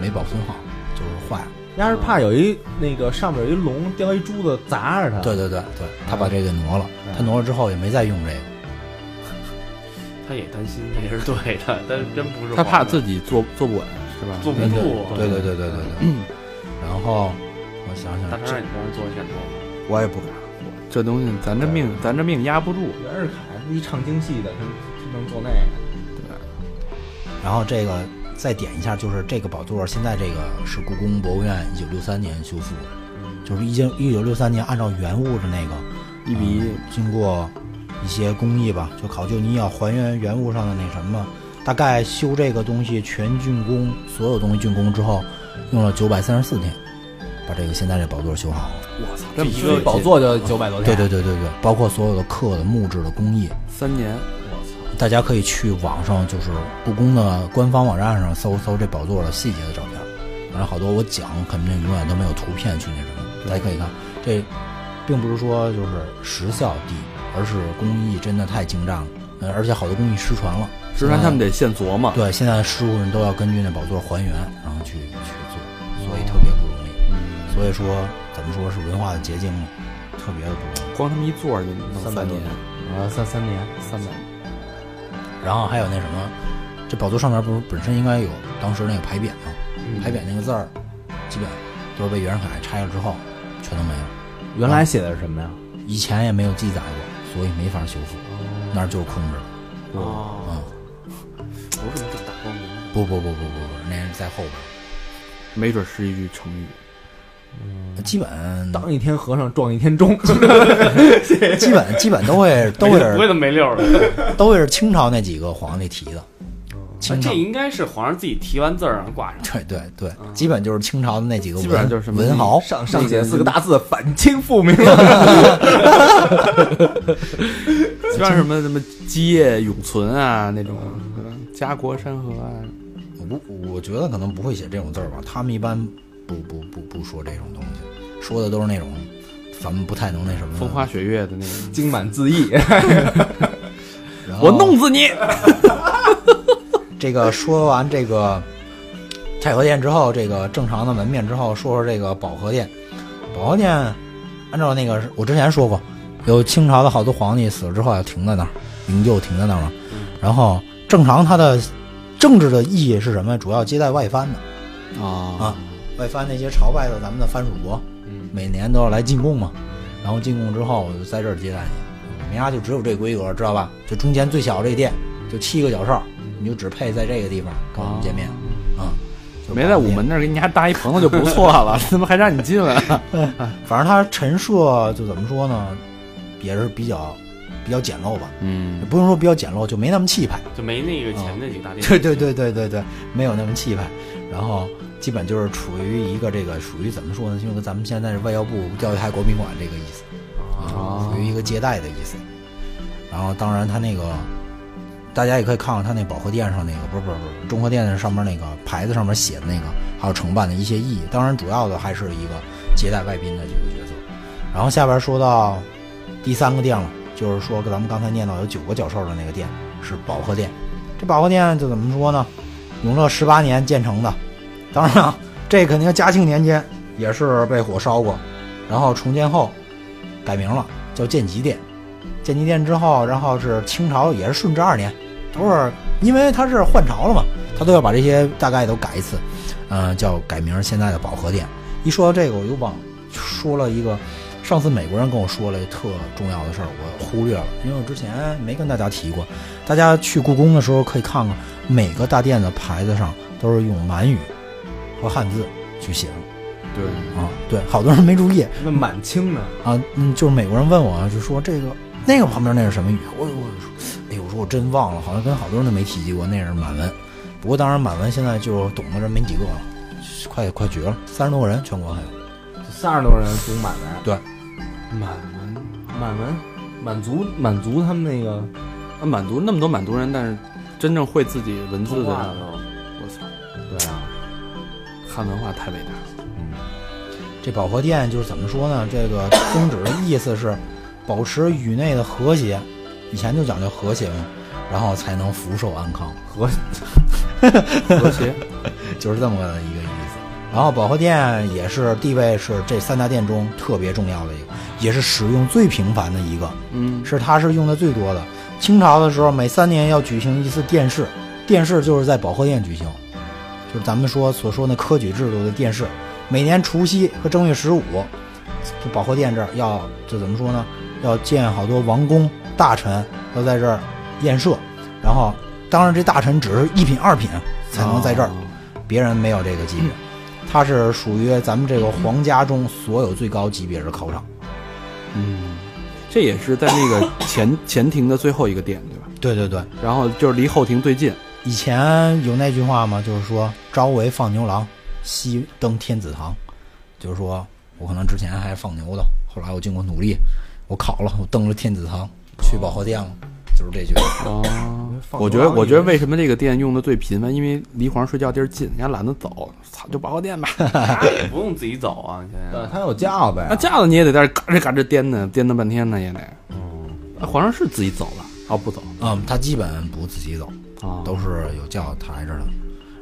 Speaker 5: 没保存好，就是坏了。
Speaker 4: 人家是怕有一那个上面有一龙叼一珠子砸着他，
Speaker 5: 对对对对，他把这给挪了。
Speaker 4: 嗯
Speaker 5: 他挪了之后也没再用这个。
Speaker 3: 他也担心，他也是对的，但是真不是
Speaker 2: 他怕
Speaker 3: 皇上
Speaker 2: 自己坐坐不稳是吧？
Speaker 3: 坐不
Speaker 5: 嗯
Speaker 3: 住啊。
Speaker 5: 对对对对对对对。然后我想
Speaker 3: 大
Speaker 5: 想，
Speaker 3: 肠
Speaker 5: 这
Speaker 2: 哎
Speaker 3: 让你让人做一敢做
Speaker 5: 我也不敢。
Speaker 2: 这东西咱这命咱这命压不住，
Speaker 4: 袁世凯一唱京戏的，他他能做那个，
Speaker 5: 然后这个再点一下，就是这个宝座，现在这个是故宫博物院一九六三年修复的，就是一九一九六三年按照原物的那个
Speaker 2: 一比一
Speaker 5: 嗯经过一些工艺吧，就考究你要还原原物上的那什么，大概修这个东西全竣工，所有东西竣工之后，用了九百三十四天，把这个现在这宝座修好了。
Speaker 2: 我操，这么
Speaker 3: 一
Speaker 2: 费
Speaker 3: 个
Speaker 2: 劲
Speaker 4: 宝座就九百多
Speaker 5: 对
Speaker 4: 天，
Speaker 5: 对
Speaker 4: 啊
Speaker 5: 对对对，包括所有的刻的木质的工艺，
Speaker 2: 三年，
Speaker 5: 大家可以去网上，就是故宫的官方网站上搜搜这宝座的细节的照片。反正好多我讲肯定永远都没有图片去那什么，大家可以看。这并不是说就是时效低，而是工艺真的太精湛了。呃，而且好多工艺失传了，
Speaker 2: 实际上他们得现琢磨。
Speaker 5: 对现在师傅们都要根据那宝座还原，然后去去做，所以特别不容易。
Speaker 2: 嗯，
Speaker 5: 所以说怎么说是文化的结晶嘛，特别的不容易。
Speaker 2: 光他们一坐就弄
Speaker 4: 三百
Speaker 2: 三
Speaker 4: 多
Speaker 2: 年，
Speaker 4: 啊，三三年，三百，
Speaker 5: 然后还有那什么，这宝座上面不是本身应该有当时那个牌匾吗？牌匾那个字儿，基本都是被袁世凯拆了之后全都没有，
Speaker 4: 原来写的是什么呀？
Speaker 5: 以前也没有记载过，所以没法修复，那儿就是空着的。
Speaker 3: 哦，
Speaker 5: 嗯，
Speaker 3: 不是这么大光明的。
Speaker 5: 不不不不不不，那是在后边儿，
Speaker 2: 没准是一句成语。
Speaker 5: 基本
Speaker 4: 当一天和尚撞一天 钟，
Speaker 5: 基本基本都会都会
Speaker 2: 呃
Speaker 3: 不会
Speaker 5: 是
Speaker 3: 那么没溜儿的。
Speaker 5: 都会是清朝那几个皇帝提的，清朝
Speaker 3: 这。应该是皇上自己提完字儿然后挂上。
Speaker 5: 对对对，基本就是清朝的那几个
Speaker 2: 基本上
Speaker 5: 文
Speaker 2: 就是什么
Speaker 5: 文豪，
Speaker 4: 上上写四个大字“反清复 明”，
Speaker 2: 就像什么什么基业永存啊那种，家国山河啊，
Speaker 5: 我我觉得可能不会写这种字儿吧，他们一般不不不不说这种东西，说的都是那种咱们不太能那什么的
Speaker 2: 风花。雪月的那种。
Speaker 4: 精满自溢。
Speaker 5: 然后
Speaker 2: 我弄死你！
Speaker 5: 这个说完这个太和殿之后，这个正常的门面之后，说说这个保和殿。保和殿按照那个我之前说过，有清朝的好多皇帝死了之后要停在那儿，灵柩停在那儿嘛。然后正常它的政治的意义是什么？主要接待外藩的。
Speaker 2: 啊
Speaker 5: 外藩那些朝拜的咱们的藩属国，每年都要来进贡嘛，然后进贡之后我就在这儿接待你，明家就只有这规格，知道吧？就中间最小这殿，就七个角哨，你就只配在这个地方跟我们见面，啊、嗯，
Speaker 2: 没在午门，那儿给你家搭一棚子就不错了， 他妈还让你进来？
Speaker 5: 反正他陈设就怎么说呢，也是比较比较简陋吧，也
Speaker 2: 嗯，
Speaker 5: 不用说比较简陋，就没那么气派。
Speaker 3: 就没那个前那几个大
Speaker 2: 哦
Speaker 3: 店。
Speaker 5: 对对对对对对，没有那么气派。然后基本就是处于一个这个属于怎么说呢？就是咱们现在是外交部钓鱼台国宾馆这个意思，啊，属于一个接待的意思。然后当然它那个，大家也可以看看它那保和殿上那个，不是不是不是中和殿上面那个牌子上面写的那个，还有承办的一些意义。当然主要的还是一个接待外宾的这个角色。然后下边说到第三个店了，就是说咱们刚才念到有九个角兽的那个店是保和殿。这保和殿就怎么说呢？永乐十八年建成的，当然啊，这肯定嘉庆年间也是被火烧过，然后重建后改名了，叫建极殿。建极殿之后，然后是清朝也是顺治二年，都是因为它是换朝了嘛，他都要把这些大概都改一次，呃，叫改名现在的保和殿。一说到这个，我又忘了说了一个，上次美国人跟我说了一个特重要的事儿，我忽略了，因为我之前没跟大家提过。大家去故宫的时候可以看看，每个大殿的牌子上都是用满语和汉字去写的
Speaker 2: 对，
Speaker 5: 啊。对，好多人没注意
Speaker 4: 那满清呢？
Speaker 5: 啊，嗯，就是美国人问我，就说这个那个旁边那是什么语？我我说，哎呦，我说我真忘了，好像跟好多人都没提及过，那是满文。不过当然，满文现在就懂的人没几个了，快快绝了，三十多个人，全国还有。
Speaker 4: 三十多人读满文，
Speaker 5: 对，
Speaker 4: 满文，满文，满族，满族他们那个
Speaker 2: 那满族那么多满族人，但是真正会自己文哦字的
Speaker 4: 通话
Speaker 2: 人，
Speaker 4: 都，
Speaker 2: 我操，
Speaker 4: 对啊，
Speaker 2: 汉文化太伟大了。
Speaker 5: 这保和殿就是怎么说呢？这个宗旨的意思是保持宇内的和谐，以前就讲究和谐嘛，然后才能福寿安康，
Speaker 4: 和
Speaker 2: 和谐，
Speaker 5: 就是这么个一个意思。然后保和殿也是地位是这三大殿中特别重要的一个，也是使用最频繁的一个，
Speaker 2: 嗯，
Speaker 5: 是它是用的最多的。清朝的时候，每三年要举行一次殿试，殿试就是在保和殿举行，就是咱们说所说那科举制度的殿试。每年除夕和正月十五，这保和殿这儿要这怎么说呢？要建好多王公大臣要在这儿宴射，然后当然这大臣只是一品二品才能在这儿，别人没有这个级别，它是属于咱们这个皇家中所有最高级别是考场。
Speaker 2: 嗯，这也是在那个前前庭的最后一个殿，对吧？
Speaker 5: 对对对。
Speaker 2: 然后就是离后庭最近，
Speaker 5: 以前有那句话嘛，就是说“朝为放牛郎，夕登天子堂”，就是说我可能之前还是放牛的，后来我经过努力，我考了，我登了天子堂，去保和殿了，就是这句话。
Speaker 2: 哦，
Speaker 4: 啊
Speaker 2: 我觉得，我觉得为什么这个殿用的最频繁？因为离皇上睡觉地儿近，人家懒得走，操，就保和殿吧。
Speaker 3: 他也不用自己走啊，你想
Speaker 4: 对
Speaker 3: 想，
Speaker 4: 他有教呗
Speaker 2: 那，架子你也得在这嘎吱嘎吱颠呢，颠腾半天呢也得。啊皇上是自己走了，哦不走
Speaker 5: 嗯，他基本不自己走，
Speaker 2: 啊，
Speaker 5: 都是有轿抬着的，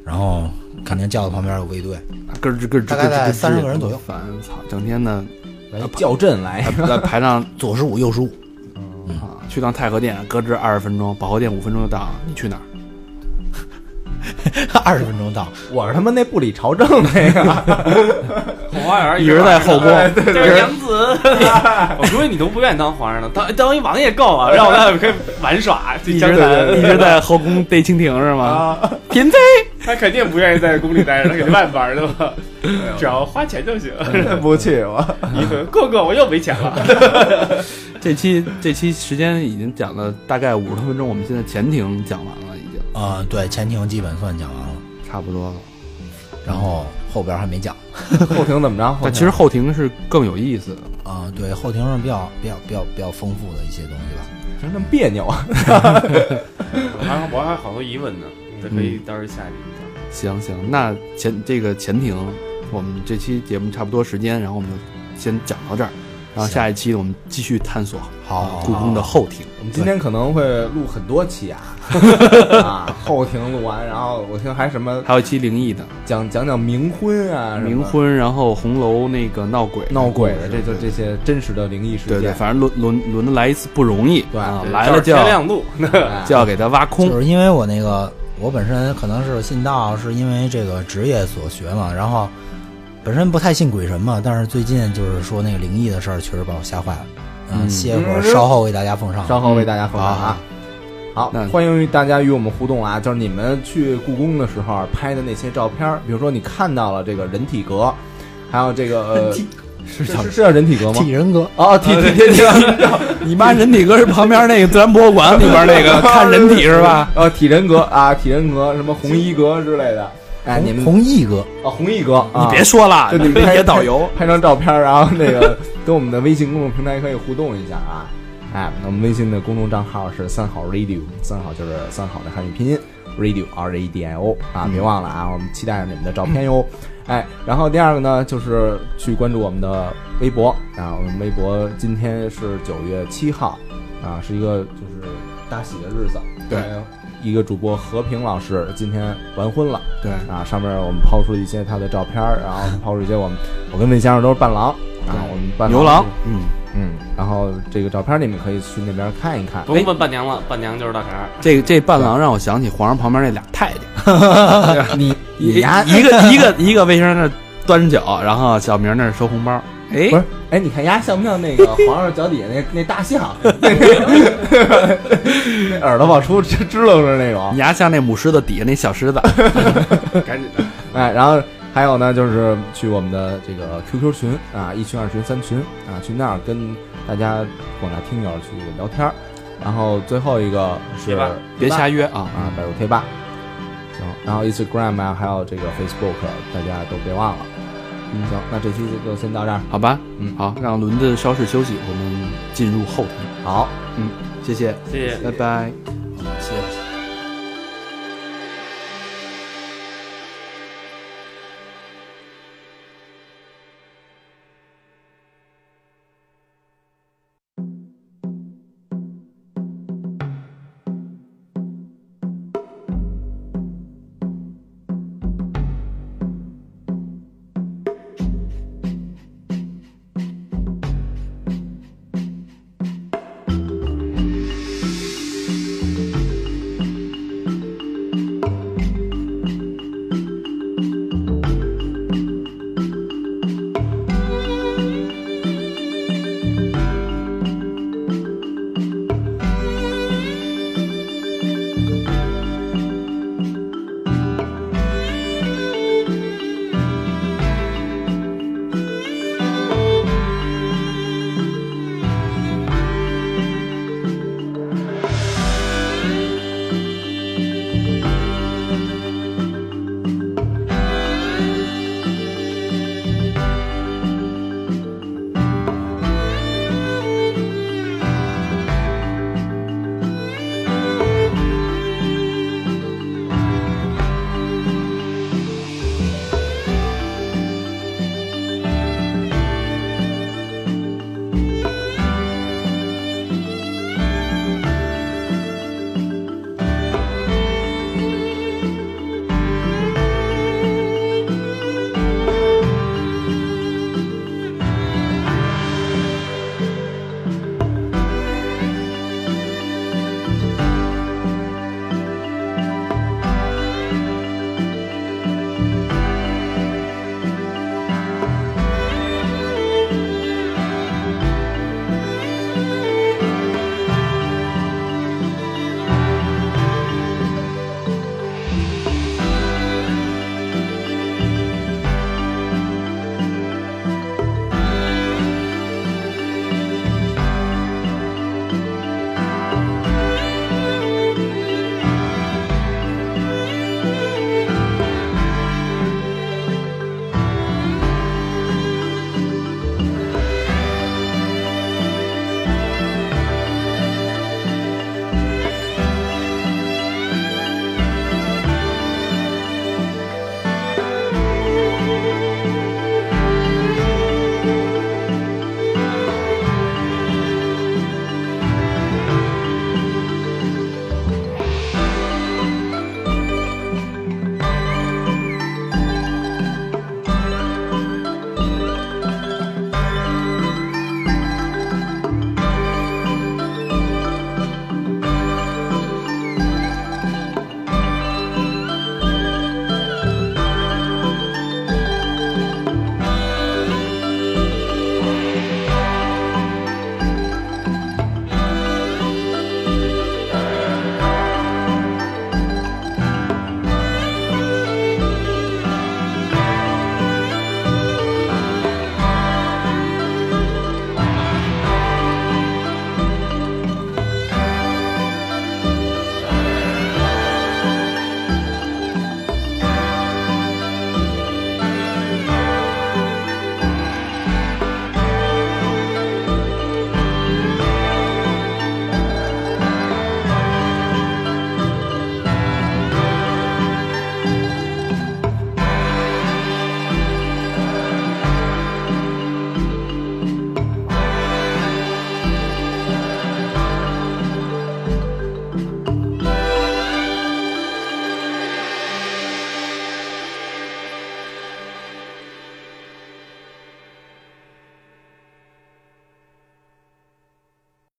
Speaker 5: 然后肯定轿子旁边有卫队。
Speaker 2: 咯吱咯吱咯吱，
Speaker 5: 大概在30个人左右
Speaker 2: 烦，操，整天呢
Speaker 4: 来校正来，
Speaker 2: 还在排档
Speaker 5: 左十五，右十五，
Speaker 2: 啊，去趟太和殿咯吱二十分钟，保和殿五分钟就到了，你去 哪儿？
Speaker 5: 二十分钟到。
Speaker 4: 我是他妈那不理朝政 那个，
Speaker 3: 后花园
Speaker 2: 一直哎在后宫，
Speaker 3: 这是娘子， 我估计你都不愿意当皇上了，当当一王爷够了，让我在外面可以玩耍，去
Speaker 2: 一
Speaker 3: 江
Speaker 2: 直在一
Speaker 3: 南。
Speaker 2: 直在后宫逮蜻蜓是吗？
Speaker 3: 啊，
Speaker 2: 嫔妃，
Speaker 3: 他肯定不愿意在宫里待着，他肯定外边玩去了， 只要花钱就行。
Speaker 4: 不去 我，
Speaker 3: 你可过过，我又没钱了。
Speaker 2: 这期这期时间已经讲了大概五十多分钟，我们现在前庭讲完了，已经
Speaker 5: 啊、对，前庭基本算讲完了，
Speaker 2: 差不多了。
Speaker 5: 然后后边还没讲。
Speaker 4: 后庭怎么着？后
Speaker 2: 但
Speaker 4: 庭
Speaker 2: 其实后庭是更有意思的，
Speaker 5: 啊、对，后庭上比较比较比较比较丰富的一些东西吧。
Speaker 4: 怎么那么别扭啊？
Speaker 3: 我还我还有好多疑问呢，这可
Speaker 2: 嗯
Speaker 3: 以到时候下一集讲。
Speaker 2: 行行，那前这个前庭，我们这期节目差不多时间，然后我们就先讲到这儿，然后下一期我们继续探索
Speaker 5: 好
Speaker 2: 故宫的后庭。
Speaker 4: 我们今天可能会录很多期 啊，啊，后庭录完，然后我听还什么
Speaker 2: 还有一期灵异的
Speaker 4: 讲讲讲冥婚啊，什么
Speaker 2: 冥婚，然后红楼那个闹鬼
Speaker 4: 闹鬼的，
Speaker 2: 故事
Speaker 4: 这就这些真实的灵异事
Speaker 2: 对对，
Speaker 4: 件，
Speaker 2: 反正轮轮轮着来一次不容易，
Speaker 4: 对
Speaker 2: 啊，
Speaker 4: 对
Speaker 2: 来了就
Speaker 3: 天
Speaker 2: 要
Speaker 3: 亮度，
Speaker 4: 哎
Speaker 2: 就要给他挖空
Speaker 5: 就，是因为我那个我本身可能是信道，是因为这个职业所学嘛，然后本身不太信鬼神嘛，但是最近就是说那个灵异的事儿，确实把我吓坏了。嗯，
Speaker 2: 嗯
Speaker 5: 歇会儿，
Speaker 4: 嗯
Speaker 5: 稍后为大家奉上。
Speaker 4: 稍后为大家奉上啊。好
Speaker 2: 那，
Speaker 4: 欢迎大家与我们互动啊！就是你们去故宫的时候拍的那些照片儿，比如说你看到了这个人体格，还有这个、呃、
Speaker 2: 是
Speaker 4: 是
Speaker 2: 叫呃
Speaker 4: 是是叫人体格吗
Speaker 5: 体？人格，
Speaker 4: 啊，体体 体体
Speaker 2: 你妈人体哥是旁边那个自然博物馆里边 那个看人体是吧？？
Speaker 4: 呃，体人格啊，体人格，什么红衣格之类的。哎，你们
Speaker 5: 红艺哥，
Speaker 4: 啊，红衣格，
Speaker 2: 你
Speaker 4: 啊
Speaker 2: 别说了，
Speaker 4: 就你们
Speaker 2: 别
Speaker 4: 拍
Speaker 2: 导 游，
Speaker 4: 拍张照片儿，然后那个跟我们的微信公众平台可以互动一下啊。哎，我们微信的公众账号是三好 radio，三好就是三好的汉语拼音 radio r a d i o
Speaker 2: 嗯
Speaker 4: 啊，别忘了啊，我们期待着你们的照片哟。哎，然后第二个呢，就是去关注我们的微博啊，我们微博今天是九月七号啊，是一个就是大喜的日子，哎
Speaker 2: 对，
Speaker 4: 一个主播和平老师今天完婚了。
Speaker 2: 对，
Speaker 4: 啊，上面我们抛出一些他的照片儿，然后抛出一些我们，我跟魏先生都是伴郎啊，我们伴
Speaker 2: 牛郎，嗯，
Speaker 4: 嗯，然后这个照片你们可以去那边看一看，
Speaker 3: 不用问伴娘了，伴娘就是大凯。
Speaker 2: 这这伴郎让我想起皇上旁边那俩太监，
Speaker 4: 你
Speaker 2: 一
Speaker 4: 啊你呀，
Speaker 2: 一个一个一个卫生那儿端着酒，然后小明那儿收红包，哎
Speaker 4: 不，是，哎，你看丫像不像 那个皇上脚底下那那大象，那耳朵往出支支棱着那种
Speaker 2: 你，丫像那母狮子底下那小狮子，
Speaker 3: 赶紧的，
Speaker 4: 哎，然后还有呢，就是去我们的这个 QQ 群啊，一群、二群、三群啊，去那儿跟大家广大听友去聊天儿。然后最后一个是
Speaker 3: 贴吧
Speaker 2: 别瞎约啊！
Speaker 4: 啊，百度贴吧。行，然后 Instagram 啊，还有这个 Facebook，大家都别忘了。嗯，行，那这期就先到这儿。
Speaker 2: 好吧，
Speaker 4: 嗯
Speaker 2: 好，让轮子稍事休息，我们进入后题。
Speaker 4: 好。
Speaker 2: 谢谢，
Speaker 3: 谢谢。
Speaker 2: 拜拜。